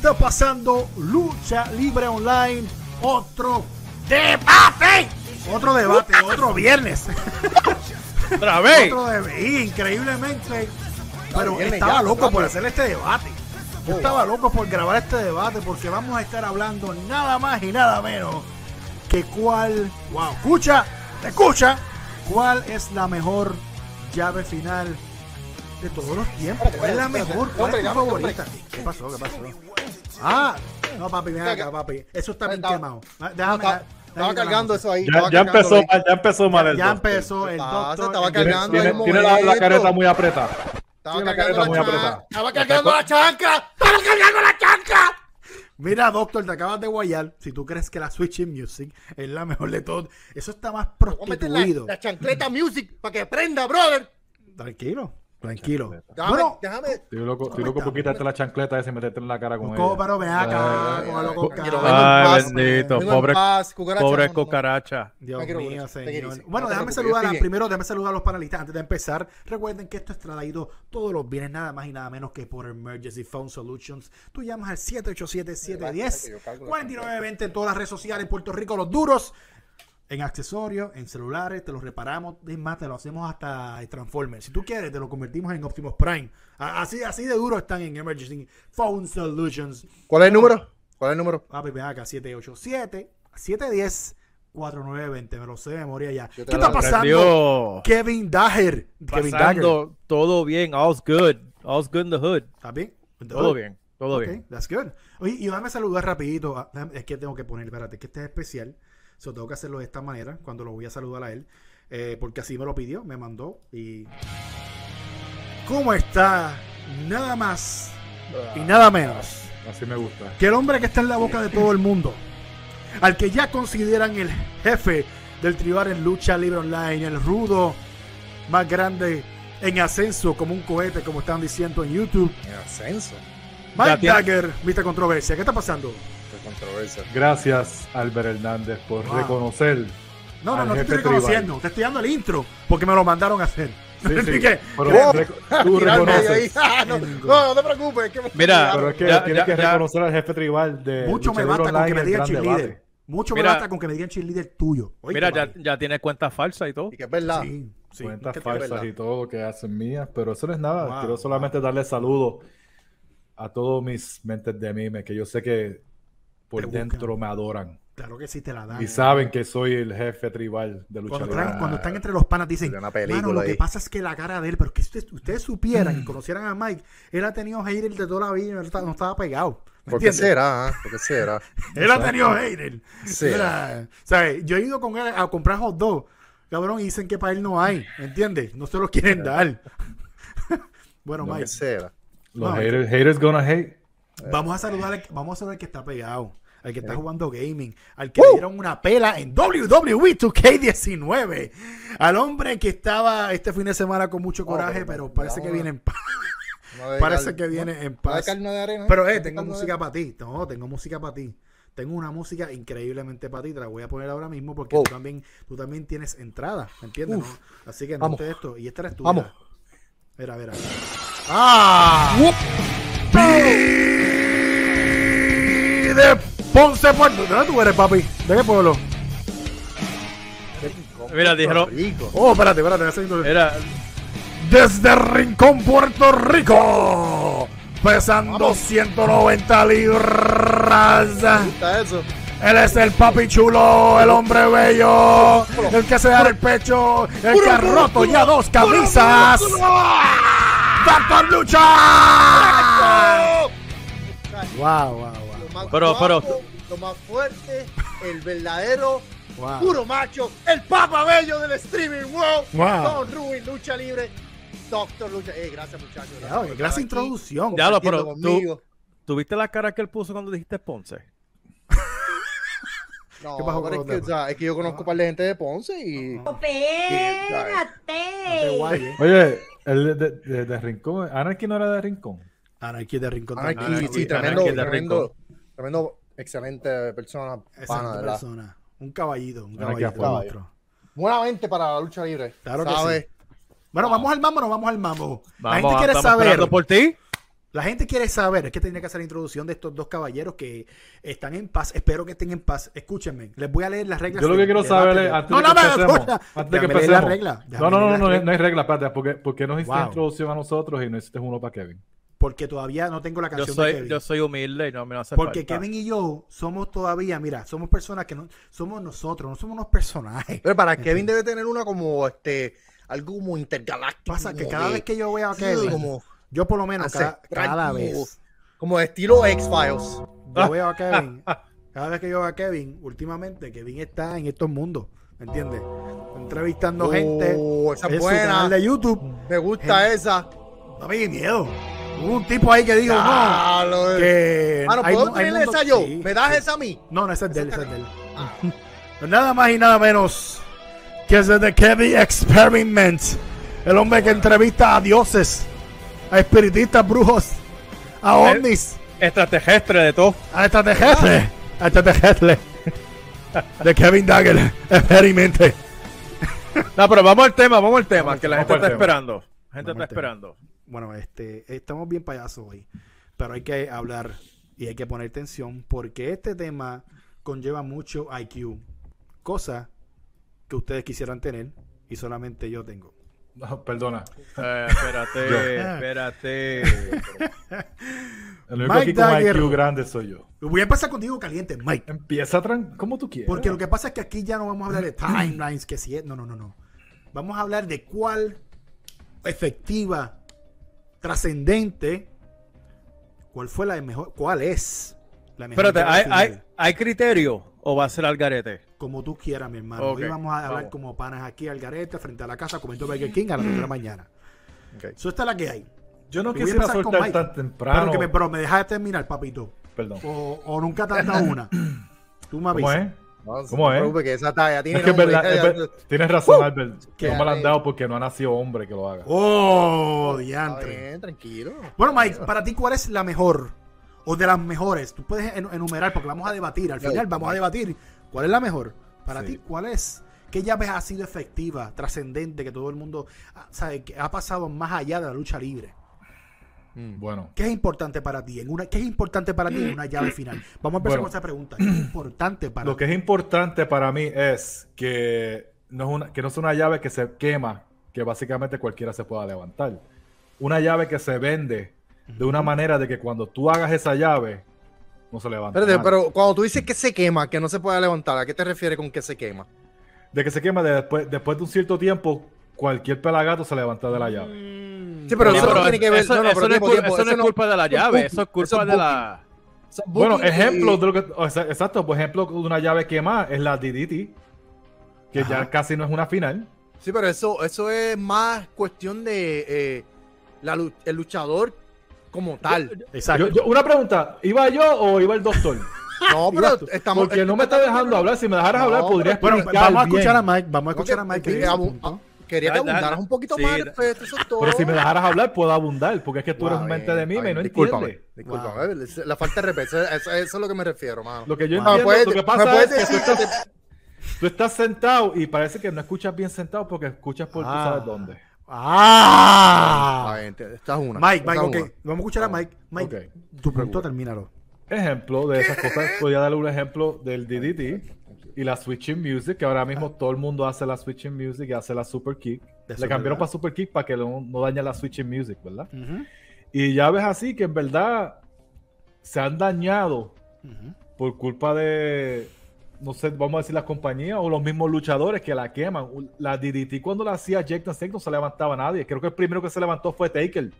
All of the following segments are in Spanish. sintonizando Lucha Libre Online, otro debate. Otro debate, otro viernes. Otra vez. Otro debate, increíblemente. Pero viernes estaba ya, loco por vamos. hacer este debate. Yo estaba loco por grabar este debate porque vamos a estar hablando nada más y nada menos que cuál, wow, escucha, te escucha, cuál es la mejor llave final de todos los tiempos. ¿Cuál es la espérate, mejor? espérate. ¿Cuál es tu Hombre, hombre. favorita? ¿Qué pasó? ¿Qué pasó? Ah, no, papi, ven acá, papi. Eso está bien Estaba- quemado. Ah, No, Déjame. estaba, déjame estaba quitarme cargando la- eso ahí. Ya, estaba ya cargando empezó ahí. mal, ya empezó mal el Ya doctor. empezó el ¿Qué pasa? doctor. Estaba el- Tiene, cargando tiene- el tiene la, la momento. careta muy apretada. Estaba Tiene la cargando careta muy la apretada. chancla. Estaba cargando la chancla. Estaba cargando la chancla. Mira, doctor, te acabas de guayar. Si tú crees que la Switch in Music es la mejor de todo, eso está más Voy a meter la, prostituido. la chancleta music para que prenda, brother. Tranquilo, tranquilo. Déjame, Bueno, déjame. Estoy loco, estoy loco por quitarte la chancleta esa y meterte en la cara con Coco, ella. pero ven Eh, acá, Ay, cógelo ay, con ay, calma. quiero ver Ay, Vengo en paz, bendito, vengo en pobre, paz, cucaracha, pobre no, no, no. cucaracha. Dios Me quiero mío, ir, me quiero señor. ir. Bueno, No te déjame preocupes, saludar yo a- estoy bien. primero, déjame saludar a los panelistas antes de empezar. Recuerden que esto es traído todos los bienes, nada más y nada menos que por Emergency Phone Solutions. Tú llamas al 787-710-4920 en todas las redes sociales en Puerto Rico, los duros. En accesorios, en celulares, te los reparamos, es más, te lo hacemos hasta Transformers. Si tú quieres, te lo convertimos en Optimus Prime. A- Así, así de duro están en Emergency Phone Solutions. ¿Cuál es el número? ¿Cuál es el número? Papi, ven acá, 787 710 4920. Me lo sé de memoria ya. ¿Qué Yo te está la pasando? Aprendió. Kevin Daher. Kevin Daher. Pasando todo bien, all's good. All's good in the hood. ¿Está bien? Todo bien, todo Ok, bien. that's good. Oye, y dame saludar rapidito. a- déjame- Es que tengo que poner, espérate, es que este es especial. So, tengo que hacerlo de esta manera cuando lo voy a saludar a él. eh, porque así me lo pidió, me mandó y... ¿Cómo está? Nada más y nada menos. Ah, Así me gusta. que el hombre que está en la boca de todo el mundo, al que ya consideran el jefe del tribal en lucha libre online, el rudo más grande en ascenso como un cohete, como están diciendo en YouTube. En ascenso. Mike Ya tiene- Dagger, viste controversia, ¿qué está pasando? Qué controversia. Gracias, Albert Hernández, por Wow. reconocer. No, no, Al no te jefe estoy reconociendo, te estoy dando el intro porque me lo mandaron a hacer. Sí, Así sí, que- pero eh, Wow. rec- tú Tira al medio reconoces. ahí. Ah, no, no, no te preocupes. que me- Mira, Pero es que Ya, tienes ya, que ya. reconocer al jefe tribal de. mucho me Luchador basta con Online, que me el digan gran cheerleader. debate. Mucho me Mira- basta con que me digan cheerleader tuyo. Oíste, Mira, ya, papi. ya tiene cuenta falsa y todo. Y que es Ah. verdad. Sí, sí. Cuentas que es falsas verdad. y todo que hacen mías, pero eso no es nada. Wow, Quiero solamente darle saludos a todos mis mentes de mime, que yo sé que por Te buscan. dentro me adoran. Claro que sí te la dan. Y saben que soy el jefe tribal de lucha Cuando libre. están, cuando están entre los panas dicen, Sería una mano, lo película que ahí". Mm. pasa es que la cara de él, pero que ustedes, ustedes supieran y conocieran a Mike, él ha tenido hater de toda la vida, y no está- no estaba pegado. ¿me ¿Por qué entiendes? será? ah? ¿Por qué será? Él ha tenido hater. Sí. Era- ¿sabes? Yo he ido con él a comprar hot dog, cabrón, y dicen que para él no hay, ¿me entiendes? No se los quieren dar. bueno, ¿Por qué Mike, será? Los No, haters, haters gonna hate. vamos a saludar al, vamos a saludar al que está pegado, al que está jugando gaming, al que le dieron una pela en E WWE 2K19, al hombre que estaba este fin de semana con mucho coraje, pero- pero parece que vamos a- viene en paz. No de Parece cal- que viene en no paz. de carne de arena. Pero eh, No de tengo carne de- música para ti. No, tengo música para ti. Tengo una música increíblemente para ti. Te la voy a poner ahora mismo porque Wow. tú, también, tú también tienes entrada. ¿Me entiendes? Uf. no? Así que no Vamos. te esto. Y esta eres tú. Vamos. Mira, mira. ¡Ah! ¡Pi! De Ponce, Puerto. ¿De dónde tú eres, papi? ¿De qué pueblo? Mira, dijeron. Rico. Oh, espérate, espérate. haciendo- Eh. Mira, Desde Rincón, Puerto Rico. Pesando 190 libras. Está eso. Él es el papi chulo, el hombre bello, el que se da el pecho, el que ha roto ya dos camisas. ¡Doctor Lucha! Wow, wow, Lo más Pero- guapo, pero- lo más fuerte, el verdadero wow. puro macho, el papa bello del streaming world, Wow. Don Rubin, lucha libre, Doctor Lucha. Eh, gracias muchachos. gracias por estar Gracias aquí, introducción. Ya lo- compartiendo pero tú- conmigo. ¿tuviste la cara que él puso cuando dijiste Ponce? No, ¿Qué pasó pero con es, que, los o sea, es que yo conozco un par de gente de Ponce y Espérate. eh. Oye, el de, de- de Rincón, Anarchy no era de Rincón. Anarquía de Rincón. Ah, también. y- Anarquí, sí, Anarquí tremendo, de tremendo, tremendo, excelente persona, pana, Esa de es ¿verdad? persona. Un caballito, un Anarquía caballito. Apolo. monstruo. Buena mente para la lucha libre. Claro que ¿sabes? Bueno, vamos al mambo, no vamos al mambo. La Vamos, gente quiere estamos saber. esperando por ti. La gente quiere saber, es que tenía que hacer la introducción de estos dos caballeros que están en paz. Espero que estén en paz. Escúchenme, les voy a leer las reglas. Yo lo que del quiero debate saber de- es, antes no, de que no, no, empecemos, no, no. antes de que Déjame leer la empecemos. regla. No, déjame leer no, no, la no, no, regla, no hay regla, espérate, porque, porque no hiciste Wow. introducción a nosotros y no hiciste uno para Kevin. Porque todavía no tengo la Yo canción de soy, Kevin. yo soy humilde y no me hace Porque falta. Kevin y yo somos todavía, mira, somos personas que no somos nosotros, no somos unos personajes. Pero para Kevin debe tener una como este algo como intergaláctico. Pasa que como cada de- vez que yo veo a sí, Kevin, como, yo por lo menos cada, ancestral, cada como- vez, Oh, como estilo X-Files. yo veo a Kevin, cada vez que yo veo a Kevin, últimamente Kevin está en estos mundos, ¿me entiendes? Entrevistando gente, Oh, esa es es su canal buena. de YouTube. Me gusta Gente. esa. No me di miedo. Hubo un tipo ahí que dijo, no, Ah, lo- que... Mano, hay ¿puedo mu- hay tener mundo- esa yo? Sí, ¿Me Ah. das sí. esa a mí? No, no, esa es de él, esa es Esa de él. Pues Nada más y nada menos que es The Kevin Experiment. El hombre que entrevista a dioses, a espiritistas, brujos, a ovnis, Extraterrestre de todo. a extraterrestres, a extraterrestres. De Kevin Dagger, experiment. No, pero vamos al tema, vamos al tema, que la vamos gente al está tema. esperando. La gente Vamos está al tema. esperando. Bueno, este, estamos bien payasos hoy, pero hay que hablar y hay que poner tensión porque este tema conlleva mucho IQ, cosa que ustedes quisieran tener y solamente yo tengo. No, perdona. Eh, espérate, Yo. espérate. El único Mike aquí con Dagger. IQ grande soy yo. Voy a empezar contigo caliente, Mike. Empieza tran como tú quieras. Porque lo que pasa es que aquí ya no vamos a hablar de timelines, que si es. No, no, no, no. Vamos a hablar de cuál efectiva, trascendente, cuál fue la mejor, cuál es la mejor. Espérate, idea ¿hay, hay, final. ¿hay criterio o va a ser al garete? Como tú quieras, mi hermano. Ok, Hoy vamos a hablar vamos. como panas aquí al garete, frente a la casa, comiendo Burger King a las 3 de la mañana. Ok. Ah, Eso está la que hay. Yo no Voy a quisiera empezar con soltar Mike. tan Pero, temprano. que me, pero me dejas terminar, papito. Perdón. O, o nunca te has dado una. Tú me ¿Cómo avisas. es? No, no ¿Cómo te es? preocupes, que esa talla tiene Es que es nombre, eh, verdad, es talla- ver- tienes uh, razón, Albert. Qué no me la han alegre. dado porque no ha nacido hombre que lo haga. Oh, Está diantre. bien, tranquilo. Bueno, Mike, para ti, ¿cuál es la mejor? O de las mejores. Tú puedes enu- enumerar, porque vamos a debatir. Al final vamos a debatir cuál es la mejor. Para Sí. ti, ¿cuál es? ¿Qué llave ha sido efectiva, trascendente, que todo el mundo ah, sabe que ha pasado más allá de la lucha libre? Bueno, ¿Qué es importante para ti? En una, ¿Qué es importante para ti en una llave final? Vamos a empezar Bueno. con esa pregunta. ¿Qué es importante para lo que es importante para mí es que no es una, que no es una llave que se quema, que básicamente cualquiera se pueda levantar. Una llave que se vende de una manera de que cuando tú hagas esa llave, no se levanta. Espérate, nadie. pero cuando tú dices que se quema, que no se puede levantar, ¿a qué te refieres con que se quema? De que se quema de después, después de un cierto tiempo, cualquier pelagato se levanta de la llave. Mm, Sí, pero Sí, eso no pero tiene que ver- Eso no, no, eso pero no es tiempo, cul- tiempo, eso no eso es no- culpa de la eso es llave, booking, eso es eso culpa es de la. Bueno, Booking eh, y- ejemplo de lo que. o sea, exacto, por ejemplo, una llave quemada es la DDT, que Ajá. ya casi no es una final. Sí, pero eso, eso es más cuestión de eh, la, lu- el luchador como tal. Exacto. Yo- yo- una pregunta, ¿iba yo o iba el doctor? No, Ibas pero tú. estamos. eh, Porque no me está dejando hablar. Si me dejaras No, hablar, podría bueno, explicar vamos a bien. escuchar a Mike. Vamos a No, escuchar que- a Mike. que- que diga su abu- punto. Quería que Dale, dale. abundaras un poquito Sí, más da- respecto, eso es todo. Pero si me dejaras hablar, puedo abundar. Porque es que tú eres un Wow, mente de bien, mí y bien, no discúlpame, entiendes. Discúlpame, la falta de respeto, eso, eso- eso es lo que me refiero, mano. Lo que yo Wow. entiendo, puedes- lo que me pasa puedes es que tú decir que estás, tú estás sentado y parece que no escuchas bien sentado porque escuchas por Ah. tú sabes dónde. ¡Ah! Ah, bien, te- esta es una. Mike, esta es Mike, ok. una. Vamos a escuchar a Mike. Mike, tu punto termínalo. Ejemplo de esas cosas, podría darle un ejemplo del DDT y la Switching Music, que ahora mismo todo el mundo hace la Switching Music y hace la Super Kick. Eso Le es cambiaron verdad. para Super Kick para que no, no dañe la Switching Music, ¿verdad? Ujú, Y ya ves así que en verdad se han dañado ujú. por culpa de, no sé, vamos a decir las compañías o los mismos luchadores que la queman. U- La DDT cuando la hacía Jack Tank no se levantaba nadie. Creo que el primero que se levantó fue Taker en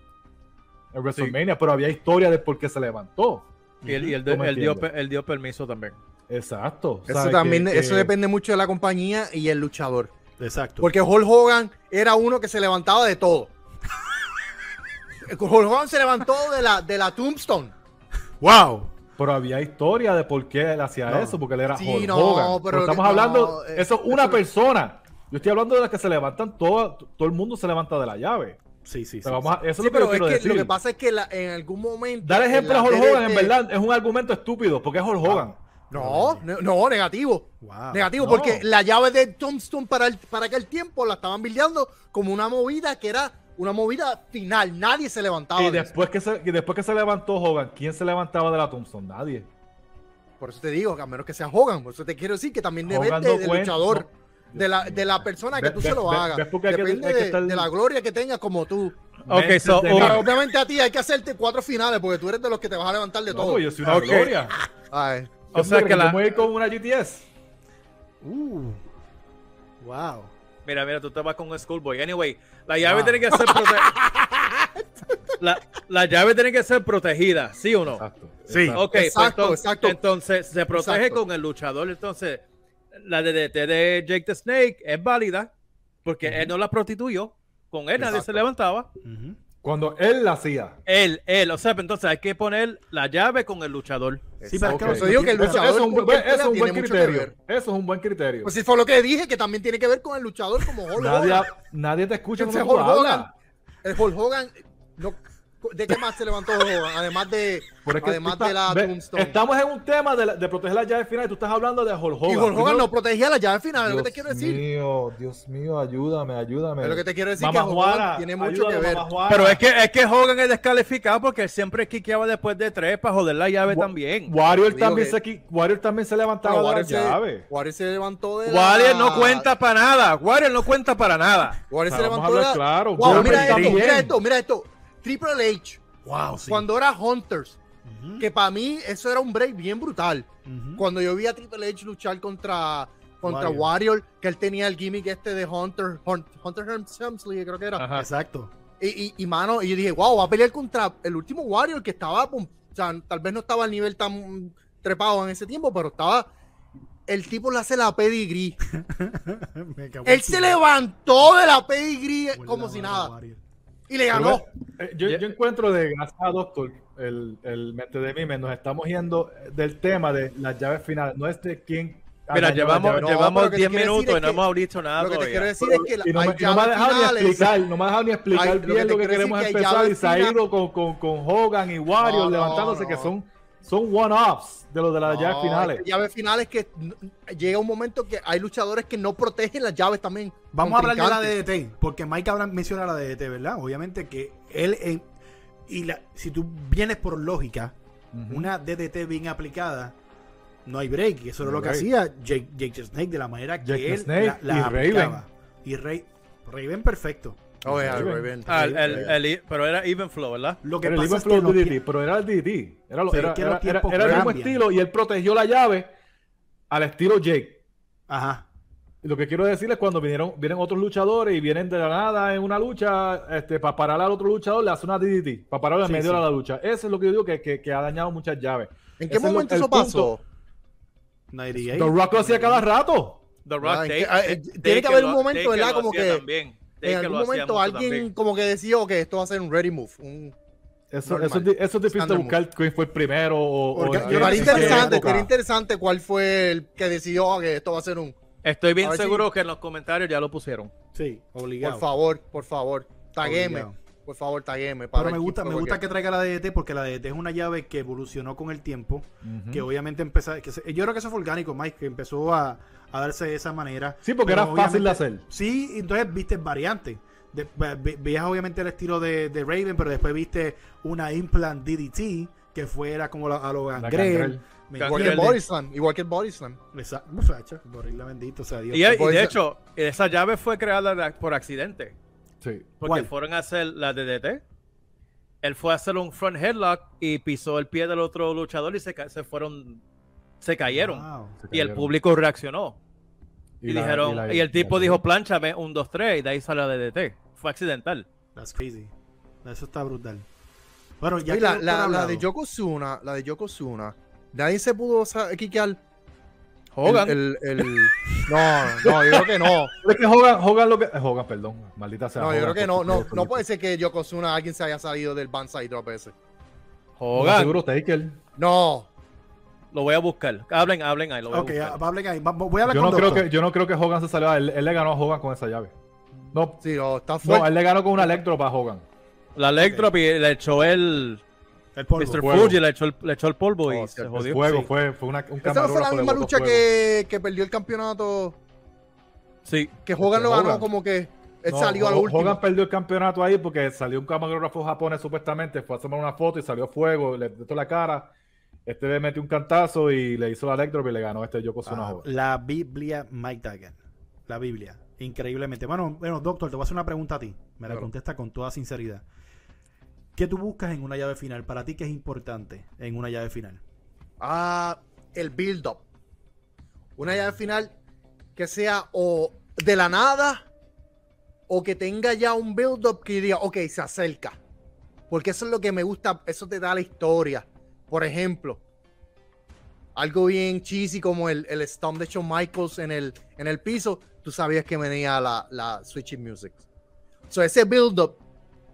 WrestleMania, pero había historia de por qué se levantó. Y él, y él- Tú me él dio, entiendes. pe- él dio permiso también. Exacto. Eso ¿sabes? también, Que- que- eso depende mucho de la compañía y el luchador. Exacto. Porque Hulk Hogan era uno que se levantaba de todo. Hulk Hogan se levantó de la, de la Tombstone. ¡Wow! Pero había historia de por qué él hacía No. eso, porque él era Sí, Hulk no, Hogan. pero estamos que- hablando, no, eh, eso es una eso- persona. Yo estoy hablando de las que se levantan, todo, todo el mundo se levanta de la llave. Sí, sí, sí. O sea, vamos a- eso Sí, es lo que yo pero es quiero que decir. lo que pasa es que la- en algún momento. Dar ejemplo en a la Ah, Hulk TNT Hogan, en verdad, es un argumento estúpido, porque es Hulk Hogan. No, ne- no, negativo. Wow. negativo, Ah, no. porque la llave de Tombstone para, el- para aquel tiempo la estaban bildeando como una movida que era una movida final. Nadie se levantaba. Y de después, que se, y después que se levantó Hogan, ¿quién se levantaba de la Thompson? Nadie. eso. Por eso te digo, que a menos que sea Hogan. Por eso te quiero decir que también depende Hogan no del cuenta, luchador. no. De la, de la persona que Ve- tú ve- se lo ve- hagas. ves porque hay que- Depende hay que de- estar- de la gloria que tengas como tú. Ok, Meses so, de- oh, Pero obviamente a ti hay que hacerte cuatro finales porque tú eres de los que te vas a levantar de No, todo. pues yo soy una Ok. gloria. Ay, O sea que la- ¿Cómo ir con una GTS? Uh. Wow. Mira, mira, tú te vas con un Schoolboy. Anyway, la llave tiene que ser protegida. la, la llave tiene que ser protegida, ¿sí o no? Exacto. Sí. exacto. Ok, pues Exacto, entonces, exacto. entonces se protege Exacto. con el luchador. Entonces, la de, de, de Jake the Snake es válida porque él no la prostituyó. Con él nadie se Exacto. levantaba. Ujú. Cuando él la hacía. Él, él, o sea, pues, entonces hay que poner la llave con el luchador. Sí, pero es que Ok. los- Eso digo que el Eso, luchador eso es un, con buen- eso quien es un tiene buen mucho que criterio. ver. Eso es un buen criterio. Pues si fue lo que dije, que también tiene que ver con el luchador como Hulk nadie, Hogan. nadie te escucha Ese cuando tú Hulk Hogan. hablas. El Hulk Hogan, no- ¿de qué más se levantó Hulk Hogan? Además de, Pero es que además tú estás- de la ve, Tombstone. Estamos en un tema de, la- de proteger la llave final y tú estás hablando de Hulk Hogan. y Hulk Hogan Primero- no protegía la llave final, es lo que te Dios quiero decir. mío, Dios mío, ayúdame, ayúdame. Es lo que te quiero decir Mamá que Hulk Juana, Hogan tiene mucho ayúdame, que ver. Mamá Juana. Pero es que, es que Hogan es descalificado porque él siempre quiqueaba después de tres para joder la llave Wa- también. Warrior Digo también, que- se, qui- Warrior también se Pero levantaba de la Warrior se- llave. Warrior se levantó de la... Warrior Ah. no cuenta para nada. Warrior no cuenta para nada. Warrior O se sea, vamos a levantó de la... hablar claro, Wow, Warrior mira esto, también. mira esto, mira esto. Triple H, Wow, sí. cuando era Hunters, Ujú, que para mí eso era un break bien brutal. ujú. Cuando yo vi a Triple H luchar contra, contra Warrior. Warrior, que él tenía el gimmick este de Hunter, Hun- Hunter Hems- Hemsley, creo que Ah. era. Ajá. Exacto. Y, y, y, mano, y yo dije, wow, va a pelear contra el último Warrior que estaba, pum, o sea, tal vez no estaba al nivel tan trepado en ese tiempo, pero estaba. El tipo le hace la pedigree. Me cago en Él tu se madre. levantó de la pedigree Huele como la si mano, nada. Wario. Y le ganó. Eh, Yo, yo encuentro de gracias a Doctor, el, el mente de mime, nos estamos yendo del tema de las llaves finales. No es de quién. añadió Mira, la llevamos, llave. no, llevamos pero lo que te 10 quiero decir minutos es y no que- hemos dicho nada Lo que te quiero todavía. decir es que la- Y no, me, hay y no me ha llaves dejado ni finales. explicar, no me ha dejado ni explicar Ay, lo que bien te lo que, quiero queremos decir que hay empezar. Y llaves se ha finales. ido con, con, con Hogan y Wario No, no, levantándose, no. que son, son one-ups de lo de las No, llaves finales. es que Llaves finales que n- llega un momento que hay luchadores que no protegen las llaves también. Vamos a hablar de la Contrincantes. DDT, porque Mike habla, menciona la DDT, ¿verdad? Obviamente que él, en- y la, si tú vienes por lógica, Ujú. una DDT bien aplicada, no hay break. Eso era No lo que hay hacía Jake, Jake the Snake de la manera Jake que the él Snake la, la y Raven. aplicaba. Y Ray, Raven perfecto. Oh, yeah, Raven. Raven. Ah, el- el- el- pero era even flow, ¿verdad? Lo que Pero pasa el Even es Flow que los DDT, tie- pero era el DDT. Era, lo- Pero era, es que los era- era- tiempos era el mismo cambian. estilo y él protegió la llave al estilo Jake. Ajá. Y Lo que quiero decir es cuando vinieron, vienen otros luchadores y vienen de la nada en una lucha, este, para parar al otro luchador le hace una DDT, para pararlo en Sí, medio sí. de la lucha. Eso es lo que yo digo que, que- que ha dañado muchas llaves. ¿En Ese qué es lo- momento el eso pasó? punto. 98. The Rock lo hacía cada rato. The Ah, Rock, en Take- que- ah, Take- eh, tiene Take que haber lo- un momento, Take ¿verdad? lo Como hacía que también. En Take lo algún hacía momento mucho alguien también. como que decía que esto va a ser un ready move. un- Eso, Normal. eso, es di- eso es difícil de Standard buscar quién fue el primero o, o Porque- en yo qué- Pero era en qué interesante, época. era interesante cuál fue el que decidió ah, que esto va a ser un... Estoy bien A ver si- seguro que en los comentarios ya lo pusieron. Sí, obligado. Por favor, por favor, tagueme. Obligado. Por favor, tagueme. para Pero me ver gusta, quién me fue gusta porque- que traiga la DDT porque la DDT es una llave que evolucionó con el tiempo. Ujú. que obviamente empezó, que se- yo creo que eso fue orgánico, Mike, que empezó a, a darse de esa manera. Sí, porque Pero era fácil de obviamente- hacer. Sí, y entonces viste variantes. De- ve- ve- Veías obviamente el estilo de, de Raven, pero después viste una implant DDT que fuera como la- a los La Gangrel. ¿me Gangrel. Gangrel. Igual que entiendes? el Body Slam, igual que el Body Slam. Exacto, muchacha, gorila bendito sea Dios. Y, y Boys- de hecho, esa llave fue creada de- por accidente. Sí. Porque ¿Cuál? fueron a hacer la DDT. Él fue a hacer un front headlock y pisó el pie del otro luchador y se, ca- se fueron, se cayeron. Ah. Wow. Se y el cayeron. público reaccionó. Y, la- dijeron, y, la- el tipo la- dijo, planchame, un, dos, tres, y de ahí sale la DDT. Fue accidental. That's crazy. Eso está brutal. Bueno, ya que Oye, la, no la- han la hablado, de Yokozuna, la de Yokozuna, nadie se pudo sa- quiquear. Hogan. El, el- el- No, no, yo creo que no. Es que Hogan, Hogan lo que. Hogan, perdón. Maldita sea. No, yo Hogan, creo que no. No, por- no puede ser que Yokozuna alguien se haya salido del Banzai Drop ese. Hogan, Seguro Taker. No. lo voy a buscar. Hablen, hablen ahí, lo voy Ok, a buscar. ah, hablen ahí. Va- Voy a hablar Yo con no, creo Doctor. que, yo no creo que Hogan se salió. Él, él le ganó a Hogan con esa llave. No, Sí, no, está fuerte. no él le ganó con una electro para Hogan. La Electro y le echó el... El polvo. Mr. Fuego. Fuji le echó el, le echó el polvo y Oh, se cierto, jodió. El fuego Sí. fue, fue una, un Esa no fue la camarógrafo le misma botó lucha fuego. que, que perdió el campeonato. Sí. Que Hogan lo Hogan. ganó como que. Él No, salió al Ho- último. Hogan perdió el campeonato ahí porque salió un camarógrafo japonés supuestamente, fue a tomar una foto y salió fuego, le dio toda la cara. Este le metió un cantazo y le hizo la electro y le ganó este Ah. Yoko Tsunoda. La Biblia Mike Duggan. La Biblia. Increíblemente. Bueno, bueno, doctor, te voy a hacer una pregunta a ti. Me la Claro. contesta con toda sinceridad. ¿Qué tú buscas en una llave final? Para ti, ¿qué es importante en una llave final? Ah, el build-up. Una llave final que sea o de la nada o que tenga ya un build-up que yo diga, ok, se acerca. Porque eso es lo que me gusta, eso te da la historia. Por ejemplo, algo bien cheesy como el, el stomp de Shawn Michaels en el, en el piso, tú sabías que venía la, la Switching Music. So, ese build-up